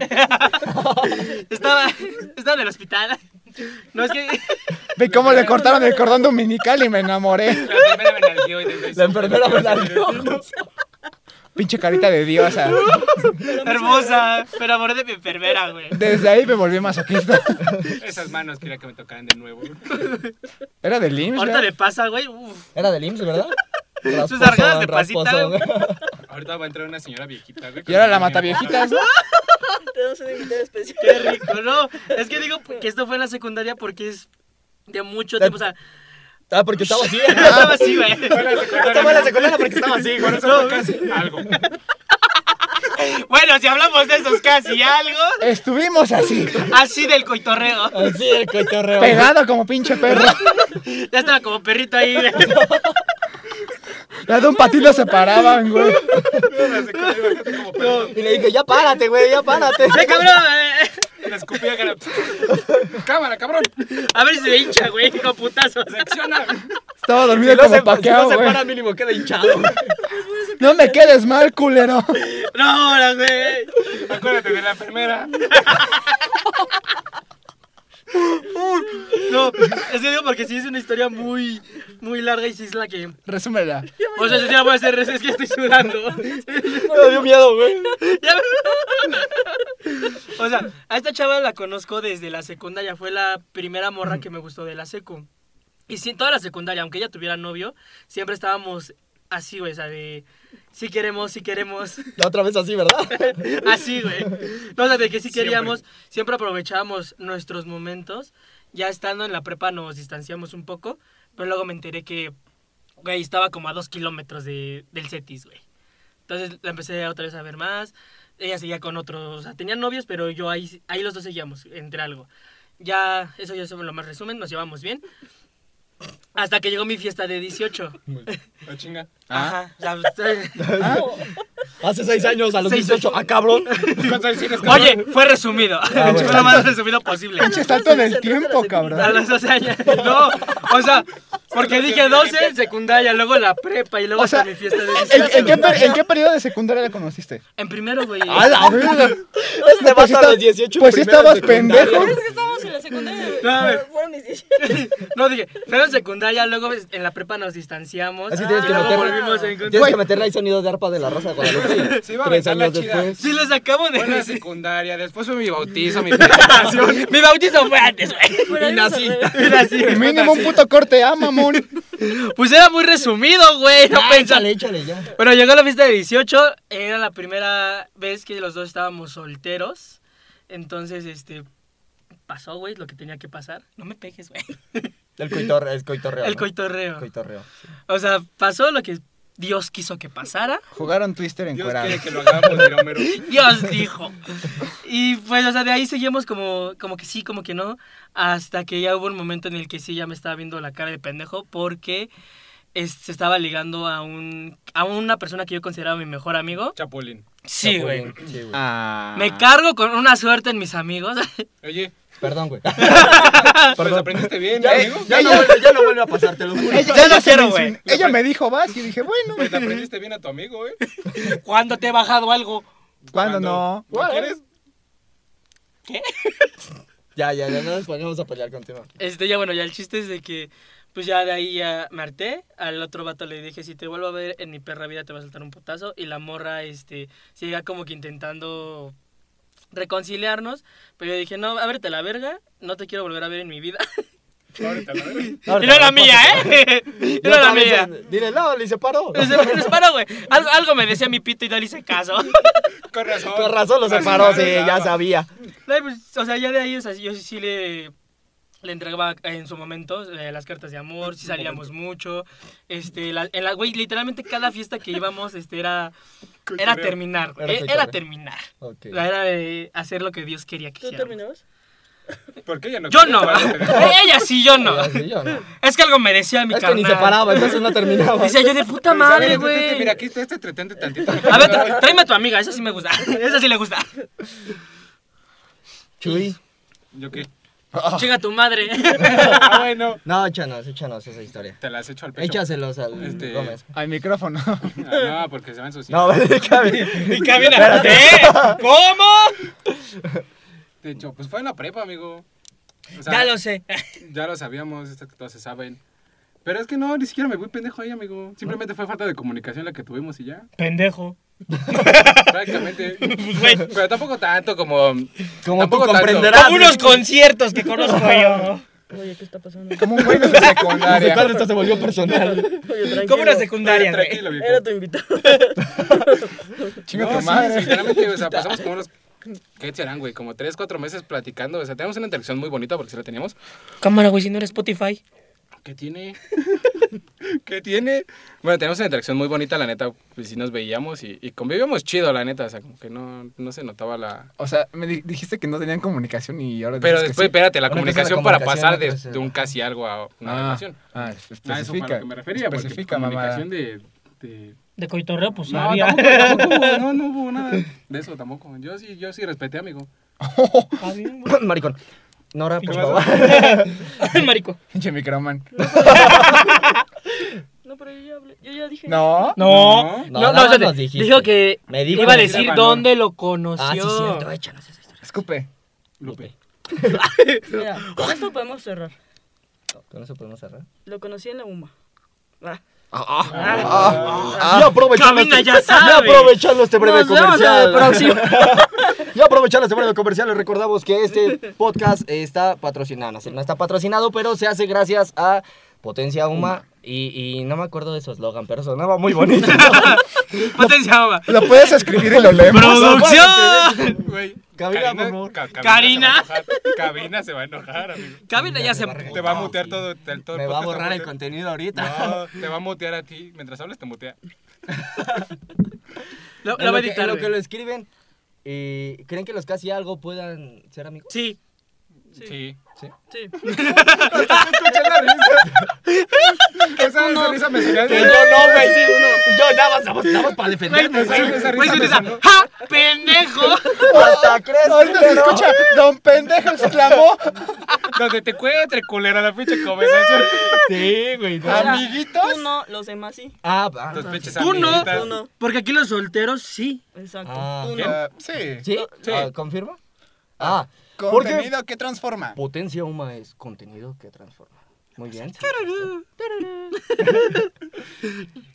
Speaker 5: Estaba, estaba en el hospital. No, es que.
Speaker 10: Ve cómo le cortaron el cordón dominical y me enamoré.
Speaker 4: La enfermera me nalgueó y desde
Speaker 1: La
Speaker 4: ahí-
Speaker 1: enfermera me la dio.
Speaker 10: Pinche carita de diosa.
Speaker 5: Hermosa. Pero amor de mi enfermera, güey.
Speaker 10: Desde ahí me volví masoquista.
Speaker 4: Esas manos quería que me tocaran de nuevo.
Speaker 10: Era de IMSS,
Speaker 5: Ahorita
Speaker 10: ¿verdad?
Speaker 5: le pasa, güey. Uf.
Speaker 1: Era del IMSS, ¿verdad?
Speaker 5: Sus
Speaker 1: Rasposón,
Speaker 5: arcadas de pasita,
Speaker 1: rasposón,
Speaker 5: güey.
Speaker 4: Ahorita va a entrar una señora viejita, güey.
Speaker 10: Y ahora la mata viejitas.
Speaker 3: Tenemos un invitado especial.
Speaker 5: Qué rico, ¿no? Es que digo que esto fue en la secundaria porque es de mucho tiempo. O sea,
Speaker 1: Ah, porque estaba así.
Speaker 5: estaba así, güey.
Speaker 1: Estaba en la secundaria porque estaba así, güey.
Speaker 4: Algo.
Speaker 5: Bueno, si hablamos de esos casi algo,
Speaker 10: Estuvimos así,
Speaker 5: así del coitorreo.
Speaker 1: Así el cotorreo.
Speaker 10: pegado como pinche perro.
Speaker 5: Ya estaba como perrito ahí, güey.
Speaker 10: La de un patito se paraban, güey.
Speaker 1: Y le dije, ya párate, güey, ya párate.
Speaker 5: ¡Eh, cabrón! eh,
Speaker 4: La escupía que la... Cámara, cabrón.
Speaker 5: A ver si se hincha, güey, con putazos.
Speaker 4: Acciona.
Speaker 10: Estaba dormido
Speaker 1: Si no, se,
Speaker 10: como paqueado,
Speaker 1: si no se
Speaker 10: güey.
Speaker 1: para mínimo queda hinchado. güey.
Speaker 10: No me quedes mal, culero.
Speaker 5: No, ahora, güey.
Speaker 4: Acuérdate de la enfermera.
Speaker 5: No, es que digo porque sí es una historia muy, muy larga y sí es la que.
Speaker 10: Resúmela.
Speaker 5: O sea, yo ya voy a hacer, es que estoy sudando.
Speaker 1: Me dio miedo, güey.
Speaker 5: Ya me- O sea, a esta chava la conozco desde la secundaria. Fue la primera morra que me gustó de la secu. Y sí, toda la secundaria, aunque ella tuviera novio, siempre estábamos así, güey, o sea, de. Si queremos, si queremos.
Speaker 1: La otra vez así, ¿verdad?
Speaker 5: Así, Ah, güey. No, o sea, de que sí queríamos, siempre. aprovechábamos nuestros momentos. Ya estando en la prepa nos distanciamos un poco, pero luego me enteré que, güey, estaba como a dos kilómetros de, del Cetis, güey. Entonces la empecé otra vez a ver más. Ella seguía con otros, o sea, tenían novios, pero yo ahí, ahí los dos seguíamos, entre algo. Ya, eso ya es lo más resumen, nos llevamos bien. Hasta que llegó mi fiesta de 18.
Speaker 4: La Oh, chinga.
Speaker 5: Ajá. ya-
Speaker 1: Hace Ah, seis años, a los
Speaker 5: Seis
Speaker 1: 18. Ah, cabrón.
Speaker 4: ¿Cuántos años tienes, cabrón?
Speaker 5: Oye, fue resumido.
Speaker 1: bueno.
Speaker 5: Fue lo más resumido posible.
Speaker 10: Pinche salto en el tiempo, cabrón.
Speaker 5: A los 12 años. No, o sea, porque dije 12 en secundaria, luego la prepa y luego
Speaker 10: O sea,
Speaker 5: hasta mi fiesta de
Speaker 10: ¿En,
Speaker 5: 18.
Speaker 10: en qué, per- en qué periodo de secundaria la conociste?
Speaker 5: En primero, güey.
Speaker 10: la
Speaker 1: Pues
Speaker 10: verga!
Speaker 1: Este
Speaker 10: Pues
Speaker 1: vato a
Speaker 10: está-
Speaker 1: los 18.
Speaker 10: pues sí
Speaker 1: primero de
Speaker 10: estabas
Speaker 1: secundaria.
Speaker 10: pendejo.
Speaker 3: Es que estábamos en la secundaria. güey.
Speaker 5: No, a ver.
Speaker 3: Fueron mis 18.
Speaker 5: No, dije, primero en secundaria, luego pues, en la prepa nos distanciamos.
Speaker 1: Así tienes
Speaker 5: y
Speaker 1: que
Speaker 5: luego
Speaker 1: meterle-
Speaker 5: volvimos a encontrar.
Speaker 1: Tienes que meterle ahí sonido de arpa de la raza de Guadalupe.
Speaker 4: Sí, iba a
Speaker 1: Tres
Speaker 4: aventar la
Speaker 1: años
Speaker 4: chida.
Speaker 1: después.
Speaker 5: Sí, les acabo de
Speaker 4: Fue en la
Speaker 5: decir.
Speaker 4: secundaria, después fue mi bautizo, mi presentación.
Speaker 5: Mi bautizo fue antes, güey.
Speaker 3: Pero ahí nos arreglamos.
Speaker 5: Era así.
Speaker 10: Mínimo un puto corte, ah, mamón.
Speaker 5: Pues era muy resumido, güey. No
Speaker 1: Ah,
Speaker 5: pensaba.
Speaker 1: échale, échale ya.
Speaker 5: Bueno, llegó la fiesta de 18, era la primera vez que los dos estábamos solteros. Entonces, este pasó, güey, lo que tenía que pasar. No me pegues, güey.
Speaker 1: El coitorreo. El coitorreo.
Speaker 5: El
Speaker 1: ¿no?
Speaker 5: coitorreo.
Speaker 1: Coitorreo.
Speaker 5: O sea, pasó lo que Dios quiso que pasara.
Speaker 10: Jugaron Twister en
Speaker 4: Dios
Speaker 10: cuerda.
Speaker 4: quiere que lo hagamos, mira, Homero.
Speaker 5: Dios dijo. Y pues, o sea, de ahí seguimos como, como que sí, como que no. Hasta que ya hubo un momento en el que sí ya me estaba viendo la cara de pendejo porque es- se estaba ligando a un a una persona que yo consideraba mi mejor amigo.
Speaker 4: Chapulín.
Speaker 5: Sí, güey.
Speaker 1: Sí, güey.
Speaker 10: Ah.
Speaker 5: Me cargo con una suerte en mis amigos.
Speaker 4: Oye,
Speaker 1: Perdón, güey.
Speaker 4: pues
Speaker 5: Ah.
Speaker 1: Perdón.
Speaker 4: aprendiste bien,
Speaker 1: Ya,
Speaker 4: amigo.
Speaker 1: ya no vuelve, ya no vuelve a pasar, te lo juro.
Speaker 10: Ella,
Speaker 5: Ya
Speaker 10: ella
Speaker 5: no
Speaker 10: se
Speaker 5: quiero,
Speaker 10: me
Speaker 5: güey.
Speaker 10: insin- Ella me dijo, vas, y dije, bueno.
Speaker 4: Pues aprendiste bien a tu amigo, ¿eh?
Speaker 5: ¿Cuándo te he bajado algo?
Speaker 10: ¿Cuándo no?
Speaker 4: ¿No quieres?
Speaker 1: Ya, ya, ya, no nos ponemos a pelear contigo.
Speaker 5: Este, ya bueno, ya el chiste es de que, pues ya de ahí ya me harté. Al otro vato le dije, si te vuelvo a ver en mi perra vida te va a saltar un putazo. Y la morra, este, siga como que intentando reconciliarnos. Pero yo dije, no, ábrete la verga, no te quiero volver a ver en mi vida.
Speaker 4: Ahorita, la verdad.
Speaker 5: y no la mía, ¿eh? y no la mía.
Speaker 1: Dile, no, le separó.
Speaker 5: Se me disparó, güey. Algo, algo me decía mi pito y no le hice caso.
Speaker 4: Con razón.
Speaker 1: Con razón lo
Speaker 4: Así
Speaker 1: separó,
Speaker 4: no
Speaker 1: sí,
Speaker 4: hablaba.
Speaker 1: ya sabía.
Speaker 5: No, y pues, o sea, ya de ahí, o sea, yo sí, sí le, le entregaba en su momento eh, las cartas de amor, sí salíamos mucho. Este, la, en la, güey, literalmente cada fiesta que íbamos, este, era, era terminar, güey,
Speaker 1: Era
Speaker 5: era,
Speaker 1: cotorreo.
Speaker 5: terminar.
Speaker 1: Ok.
Speaker 5: O sea, Era de hacer lo que Dios quería que
Speaker 3: ¿Tú
Speaker 5: hiciéramos.
Speaker 3: terminabas?
Speaker 4: ¿Por qué ya no?
Speaker 5: Yo no,
Speaker 4: Ahorita,
Speaker 5: ella sí, yo no.
Speaker 1: Sí, yo no.
Speaker 5: Es que algo me decía mi
Speaker 1: Es que
Speaker 5: carnal.
Speaker 1: ni se paraba, entonces no terminaba.
Speaker 5: Dice yo de puta
Speaker 4: a ver,
Speaker 5: madre,
Speaker 4: detente,
Speaker 5: güey.
Speaker 4: Mira, aquí está este tretente tantito.
Speaker 5: A ver, tra- tráeme a tu amiga, esa sí me gusta. Esa sí le gusta.
Speaker 1: Chuy,
Speaker 4: ¿Yo qué?
Speaker 5: Chinga tu madre.
Speaker 4: Ah, bueno.
Speaker 1: No, échanos, échanos esa historia.
Speaker 4: Te las echo al pecho.
Speaker 1: Échaselos al
Speaker 4: Este-
Speaker 1: Gómez.
Speaker 2: Al micrófono.
Speaker 4: Ah, no, porque se van sus
Speaker 1: No, vale, cabe.
Speaker 5: Y Kevin, ¿eh? ¿Cómo?
Speaker 4: De hecho, pues fue en la prepa, amigo. O sea,
Speaker 5: Ya lo sé.
Speaker 4: Ya lo sabíamos, estas que todos se saben. Pero es que no, ni siquiera me voy pendejo ahí, amigo. Simplemente fue falta de comunicación la que tuvimos y ya.
Speaker 5: Pendejo.
Speaker 4: Prácticamente.
Speaker 3: Pues,
Speaker 4: Pero tampoco tanto como.
Speaker 1: Como tú
Speaker 4: Tampoco tanto.
Speaker 1: comprenderás.
Speaker 5: Como unos conciertos que conozco yo.
Speaker 3: Oye, ¿qué está pasando?
Speaker 10: Como un güey de secundaria.
Speaker 1: esto se volvió personal.
Speaker 3: Oye, tranquilo.
Speaker 5: Como una secundaria, güey.
Speaker 4: Tranquilo, viejo.
Speaker 3: Era tu invitado.
Speaker 10: Chinga
Speaker 4: No,
Speaker 10: tu
Speaker 4: sí,
Speaker 10: madre.
Speaker 4: sí, literalmente, o sea, pasamos como unos. ¿Qué serán, güey? Como 3, 4 meses platicando. O sea, tenemos una interacción muy bonita porque sí la teníamos.
Speaker 5: Cámara, güey, si no era Spotify.
Speaker 4: ¿Qué tiene? ¿Qué tiene? Bueno, tenemos una interacción muy bonita, la neta. Pues sí nos veíamos y, y convivíamos chido, la neta. O sea, como que no, no se notaba la.
Speaker 2: O sea, me di- dijiste que no tenían comunicación y ahora
Speaker 4: Pero
Speaker 2: dices que
Speaker 4: después,
Speaker 2: sí.
Speaker 4: espérate, la
Speaker 1: Una cosa es la
Speaker 4: comunicación para
Speaker 1: comunicación,
Speaker 4: pasar
Speaker 1: otra
Speaker 4: de,
Speaker 1: cosa es-
Speaker 4: de un casi algo a una
Speaker 2: Ah,
Speaker 4: relación.
Speaker 2: ah,
Speaker 4: Ah, eso fue a
Speaker 2: especifica.
Speaker 4: lo que me refería, porque
Speaker 2: especifica, mamá.
Speaker 4: comunicación de... de-
Speaker 6: De coitorreo, pues
Speaker 4: No,
Speaker 6: había.
Speaker 4: tampoco, tampoco hubo, no, no hubo nada de eso tampoco. Yo sí, yo sí respeté, amigo.
Speaker 6: Está bien,
Speaker 1: Maricón. Nora, por
Speaker 4: Pinche
Speaker 1: favor.
Speaker 6: güey. Marico.
Speaker 2: Pinche microman.
Speaker 3: No, pero yo ya hablé. Yo ya dije.
Speaker 2: No.
Speaker 6: No.
Speaker 1: No, nada más nos dijiste.
Speaker 6: Dijo que
Speaker 1: Me dijo
Speaker 6: iba a
Speaker 1: que
Speaker 6: decir
Speaker 4: era valor.
Speaker 6: dónde lo conoció.
Speaker 1: Ah, sí, cierto. Échanos esa historia.
Speaker 2: Escupe.
Speaker 4: Lupe.
Speaker 3: Mira, con esto podemos cerrar.
Speaker 1: ¿Con eso podemos cerrar?
Speaker 3: Lo conocí en la UMA. Ah.
Speaker 1: ya aprovechando
Speaker 5: Camina,
Speaker 1: este-
Speaker 5: ya sabe.
Speaker 1: aprovechando este
Speaker 3: Nos vemos en el
Speaker 1: ya aprovechando este breve comercial. Les recordamos que este podcast está patrocinado. No, sé, no está patrocinado, pero se hace gracias a Potencia Uma. Y, y no me acuerdo de su eslogan, pero sonaba muy bonito.
Speaker 5: Potencia, va.
Speaker 2: Lo puedes escribir y lo leemos.
Speaker 5: ¡Producción!
Speaker 4: Güey,
Speaker 1: Karina, por favor.
Speaker 4: ca-
Speaker 5: Karina.
Speaker 4: se va a enojar. Cabina se va a enojar, amigo.
Speaker 5: Cabina ya se...
Speaker 4: Te va a mutear todo, el- todo el
Speaker 1: Oh, Me va a
Speaker 4: podcast,
Speaker 1: borrar
Speaker 4: te
Speaker 1: el
Speaker 4: mutea.
Speaker 1: contenido ahorita.
Speaker 4: No, te va a mutear a ti. Mientras hablas, te mutea.
Speaker 5: Lo,
Speaker 1: En
Speaker 5: lo va a
Speaker 1: que- en
Speaker 5: editar,
Speaker 1: lo que
Speaker 5: güey.
Speaker 1: lo escriben, eh, ¿creen que los casi algo puedan ser amigos?
Speaker 5: Sí.
Speaker 4: Sí. sí.
Speaker 3: Sí.
Speaker 4: Escucha la risa. Esa, esa risa me sonó.
Speaker 1: Yo no, güey. Yo nada más, nada más, nada más para defenderme.
Speaker 4: Esa, esa risa
Speaker 5: Güey, se
Speaker 4: me
Speaker 5: utiliza,
Speaker 4: sonó.
Speaker 5: ¡Ja! ¡Pendejo!
Speaker 1: Hasta crees,
Speaker 2: Ahorita se
Speaker 1: culero.
Speaker 2: escucha. Don pendejo exclamó.
Speaker 4: Donde te cuente, culera, la pinche conversación.
Speaker 1: Sí, güey. no.
Speaker 2: Ah. Amiguitos.
Speaker 3: Tú no, los demás sí.
Speaker 1: Ah, ah,
Speaker 4: Tus pinches
Speaker 5: Tú no.
Speaker 4: amiguitas.
Speaker 3: Tú no.
Speaker 5: Porque aquí los solteros sí.
Speaker 3: Exacto.
Speaker 1: Ah.
Speaker 3: Tú no.
Speaker 10: Ah, sí.
Speaker 1: ¿Sí?
Speaker 4: Sí.
Speaker 1: Ah, ¿Confirma? Ah, porque
Speaker 10: Contenido que transforma.
Speaker 1: potencia huma es contenido que transforma. Muy bien.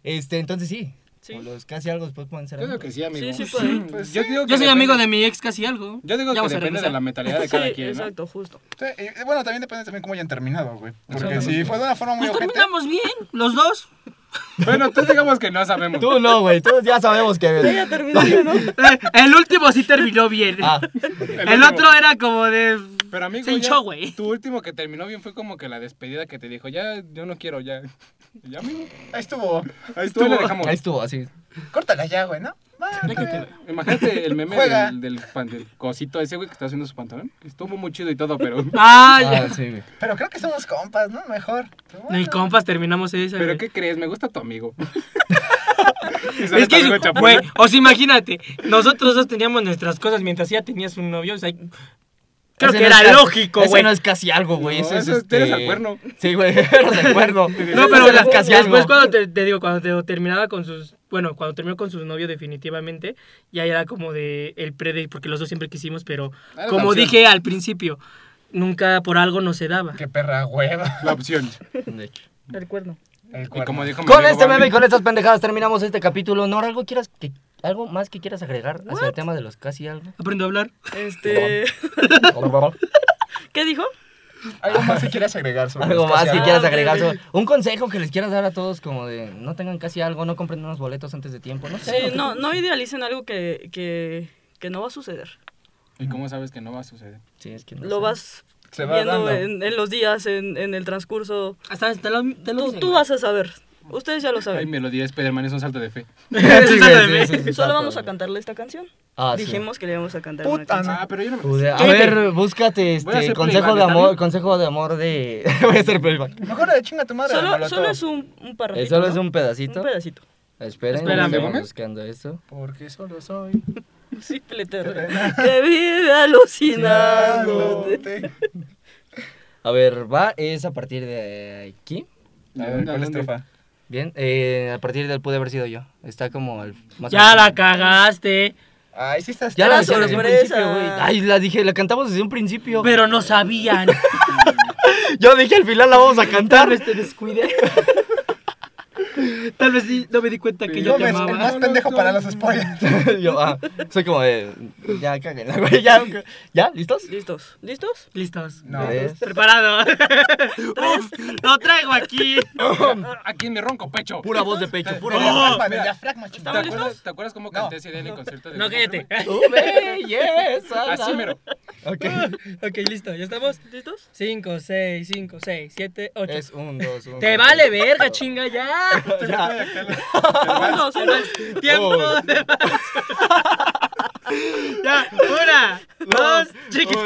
Speaker 1: este, entonces sí.
Speaker 3: Sí.
Speaker 1: O los casi algo después pueden ser
Speaker 4: Yo digo
Speaker 1: amigos.
Speaker 4: que sí, amigo.
Speaker 3: Sí, sí puede.
Speaker 4: Pues yo digo que
Speaker 5: Yo soy
Speaker 4: depende-
Speaker 5: amigo de mi ex casi algo.
Speaker 4: Yo digo
Speaker 5: Ya
Speaker 4: que
Speaker 5: vamos a
Speaker 4: depende de
Speaker 5: regresar.
Speaker 4: la mentalidad de
Speaker 3: Sí,
Speaker 4: cada quien, ¿no?
Speaker 3: exacto, justo.
Speaker 10: Sí, y bueno, también depende también cómo hayan terminado, güey. Porque
Speaker 4: Exactamente.
Speaker 10: si fue de una forma muy
Speaker 5: Pues
Speaker 10: ojete,
Speaker 5: terminamos bien, los dos.
Speaker 4: Bueno, tú digamos que no sabemos.
Speaker 1: Tú no, güey. Todos ya sabemos que.
Speaker 3: Ya terminaste, ¿no?
Speaker 5: Eh, El último sí terminó bien.
Speaker 1: Ah,
Speaker 5: el otro era como de.
Speaker 4: Pero amigo,
Speaker 5: Se hinchó,
Speaker 4: ya-
Speaker 5: güey.
Speaker 4: Tu último que terminó bien fue como que la despedida que te dijo, ya, yo no quiero, ya. Ya, amigo.
Speaker 10: ahí estuvo.
Speaker 4: Ahí estuvo. le dejamos.
Speaker 1: ahí estuvo, así.
Speaker 10: Córtala ya, güey, ¿no? Va,
Speaker 4: Imagínate el meme
Speaker 10: Juega.
Speaker 4: del, del, pan- del cosito ese, güey, que está haciendo su pantalón. Estuvo muy chido y todo, pero...
Speaker 5: Ah,
Speaker 1: Ah,
Speaker 5: ya.
Speaker 1: sí, güey.
Speaker 10: Pero creo que somos compas, ¿no? Mejor.
Speaker 2: Pues
Speaker 10: Pero bueno.
Speaker 5: Ni compas terminamos esa.
Speaker 4: ¿Pero
Speaker 5: güey.
Speaker 4: qué crees? Me gusta tu amigo. Y sale
Speaker 5: Es que,
Speaker 4: tu amigo
Speaker 5: es-
Speaker 4: chaparro.
Speaker 5: güey, o sea, imagínate, nosotros dos teníamos nuestras cosas mientras ella tenía su novio, o sea, creo
Speaker 1: Ese
Speaker 5: que
Speaker 1: no
Speaker 5: era
Speaker 1: es casi-
Speaker 5: lógico,
Speaker 1: Ese
Speaker 5: güey.
Speaker 1: no es casi algo, güey.
Speaker 4: No,
Speaker 1: eso es.
Speaker 4: eso es-
Speaker 1: este...
Speaker 4: eres al cuerno.
Speaker 1: Sí, güey. Eres al cuerno.
Speaker 5: No, pero
Speaker 1: Eso
Speaker 5: la-
Speaker 1: es casi algo.
Speaker 5: después cuando te, te digo, cuando te- terminaba con sus, bueno, cuando terminó con sus novios definitivamente, ya era como de el pre porque los dos siempre quisimos, pero
Speaker 4: Era la
Speaker 5: como
Speaker 4: opción.
Speaker 5: dije al principio, nunca por algo no se daba.
Speaker 10: Qué perra hueva.
Speaker 4: La opción.
Speaker 1: De hecho.
Speaker 3: El cuerno.
Speaker 10: El
Speaker 4: Y
Speaker 10: cuerno.
Speaker 4: como dijo mi
Speaker 1: Con
Speaker 4: amigo
Speaker 1: este meme
Speaker 4: Bambi,
Speaker 1: y con estas pendejadas terminamos este capítulo. Nora, ¿algo, quieras que, algo más que quieras agregar hacia el tema de los casi algo?
Speaker 5: Aprendo a hablar.
Speaker 3: Este. ¿Qué dijo?
Speaker 10: Algo más si quieras agregar sobre
Speaker 1: algo
Speaker 10: los
Speaker 1: más
Speaker 10: casi
Speaker 1: que
Speaker 10: algo.
Speaker 1: quieras
Speaker 3: Ah,
Speaker 1: agregar.
Speaker 3: ok, ok.
Speaker 1: sobre- Un consejo que les quieras dar a todos como de no tengan casi algo, no compren unos boletos antes de tiempo, no sé.
Speaker 3: Sí, no, no idealicen algo que, que, que no va a suceder.
Speaker 4: ¿Y cómo sabes que no va a suceder?
Speaker 1: Sí, es que no
Speaker 3: Lo
Speaker 1: sé.
Speaker 3: vas
Speaker 10: Se va
Speaker 3: viendo
Speaker 10: dando.
Speaker 3: en, en los días, en, en el transcurso.
Speaker 5: Hasta te lo, te lo
Speaker 3: Tú,
Speaker 5: dicen,
Speaker 3: tú
Speaker 5: güey.
Speaker 3: vas a saber. Ustedes ya lo
Speaker 4: Ay,
Speaker 3: saben.
Speaker 4: melodía de Spider-Man es un salto de fe.
Speaker 1: Sí, güey, sí, sí, sí, sí,
Speaker 3: Solo
Speaker 1: exacto,
Speaker 3: vamos a
Speaker 1: güey.
Speaker 3: cantarle esta canción.
Speaker 1: Ah, sí.
Speaker 3: Dijimos que le íbamos a cantar una
Speaker 10: Puta,
Speaker 3: canción.
Speaker 4: Ah, pero yo no me
Speaker 1: Pues, a
Speaker 5: Yo dije-
Speaker 1: ver, búscate
Speaker 4: Voy a
Speaker 1: este
Speaker 4: hacer
Speaker 1: consejo
Speaker 4: playback,
Speaker 1: de
Speaker 4: ¿está
Speaker 1: amor,
Speaker 4: bien?
Speaker 1: consejo de amor de voy a hacer playback.
Speaker 10: Mejor de chinga tu madre.
Speaker 3: Solo,
Speaker 10: Molotov.
Speaker 3: solo es un, un parrafito.
Speaker 1: Eh, solo
Speaker 3: ¿no?
Speaker 1: es un pedacito.
Speaker 3: Un pedacito.
Speaker 1: Esperen,
Speaker 5: Espérame.
Speaker 1: estamos buscando eso.
Speaker 10: Porque solo soy.
Speaker 3: Sí, pletero. que vive alucinándote.
Speaker 1: A ver, va, es a partir de aquí.
Speaker 10: A ver, ¿cuál estrofa?
Speaker 1: Bien, eh, a partir del pude haber sido yo. Está como al más
Speaker 5: Ya
Speaker 1: o menos.
Speaker 5: la cagaste.
Speaker 10: Ay, sí estás.
Speaker 1: Ya
Speaker 3: La
Speaker 1: la dije desde un
Speaker 3: sorpresa.
Speaker 1: principio, güey. Ay, la dije, la cantamos desde un principio.
Speaker 5: Pero no sabían.
Speaker 1: Yo dije, al final la vamos a cantar. este descuide.
Speaker 5: Tal vez sí, no pues, me di cuenta que yo
Speaker 10: No, ves,
Speaker 5: llamaba.
Speaker 10: el más pendejo para los spoilers.
Speaker 1: Yo, ah, soy como de, ya cáguenla, güey. Ya, ¿Ya? ¿Listos?
Speaker 3: ¿Listos? ¿Listos?
Speaker 5: Listos.
Speaker 4: Ah,
Speaker 10: No.
Speaker 1: Tres.
Speaker 5: Preparado. Uf, lo traigo aquí.
Speaker 4: Aquí en mi ronco pecho.
Speaker 1: Pura voz de pecho, pura voz.
Speaker 5: Oh.
Speaker 10: Diafragma, de diafragma,
Speaker 4: ¿Te
Speaker 10: chingada.
Speaker 4: acuerdas, ¿Te acuerdas cómo canté ese día en el concierto de
Speaker 5: No, cállate.
Speaker 1: Tuve, yes, ah,
Speaker 4: Así mero.
Speaker 1: Ok.
Speaker 5: ok, listo. ¿Ya estamos? ¿Listos? 5, 6, 5, 6, 7, 8.
Speaker 1: Es un, dos, uno.
Speaker 5: Te vale verga, chinga, ya.
Speaker 1: Ya.
Speaker 3: Uno, solo.
Speaker 5: Tiempo
Speaker 1: Oh.
Speaker 5: de más. ya, una, dos, chiquito.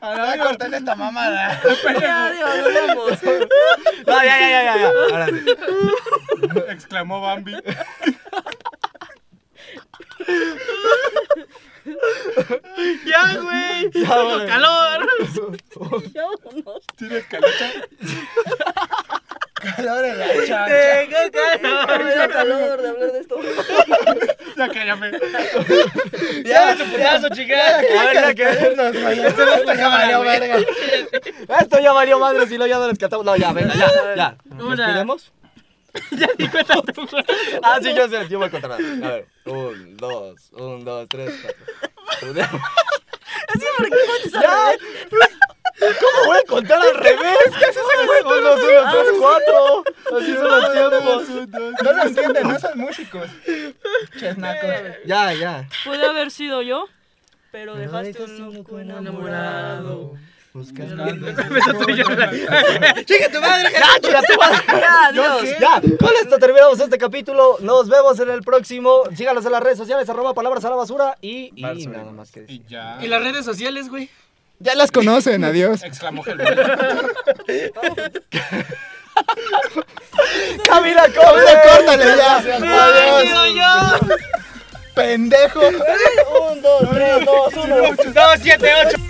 Speaker 10: Ahora voy a cortarle esta mamada.
Speaker 3: Ya, Dios, nos vamos.
Speaker 1: No, ya, ya, ya, ya, ya. Ahora sí.
Speaker 4: Exclamó Bambi.
Speaker 5: Ya, güey. Tengo calor.
Speaker 3: Ya, vámonos.
Speaker 4: ¿Tienes calacha?
Speaker 5: Tengo calor.
Speaker 3: Me da calor de hablar de esto.
Speaker 4: Ya cállame.
Speaker 5: Ya, su putazo, chinga.
Speaker 1: A ver, ya que- Esto ya valió madre, si no ya no rescatamos. No, ya, venga, ya, ya. ¿Nos
Speaker 5: Una.
Speaker 1: pidamos?
Speaker 5: Ya di cuenta tú, güey.
Speaker 1: Ah, sí, yo sé, yo voy a contar. A ver, un, dos, un, dos, tres, cuatro. Así,
Speaker 3: ¿por qué cuentas al
Speaker 1: ¿Cómo voy a contar al revés? ¿Qué haces Uno, dos, uno, tres, cuatro. Así son los tiempos.
Speaker 10: No lo entienden, no son músicos. Chesnaco.
Speaker 1: Ya, ya.
Speaker 3: Pude haber sido yo, pero dejaste
Speaker 1: dejas
Speaker 3: un
Speaker 1: sin
Speaker 3: loco
Speaker 1: loco
Speaker 3: enamorado.
Speaker 5: Chinga tu madre.
Speaker 1: Ya, chinga tu madre.
Speaker 3: Ya, Dios.
Speaker 1: Ya, con esto terminamos este capítulo. Nos vemos en el próximo. Síganos en las redes sociales, arroba palabras a la basura y, y nada más que decir.
Speaker 4: Y ya.
Speaker 5: Y las redes sociales, güey.
Speaker 2: Ya las conocen, adiós.
Speaker 4: Exclamó Helmut.
Speaker 1: Camila, corre,
Speaker 2: Córtale ya.
Speaker 5: ¡He
Speaker 2: Adiós.
Speaker 5: sido yo!
Speaker 2: Pendejo.
Speaker 1: Un, dos, tres, dos, uno.
Speaker 5: ¡Dos, siete, ocho!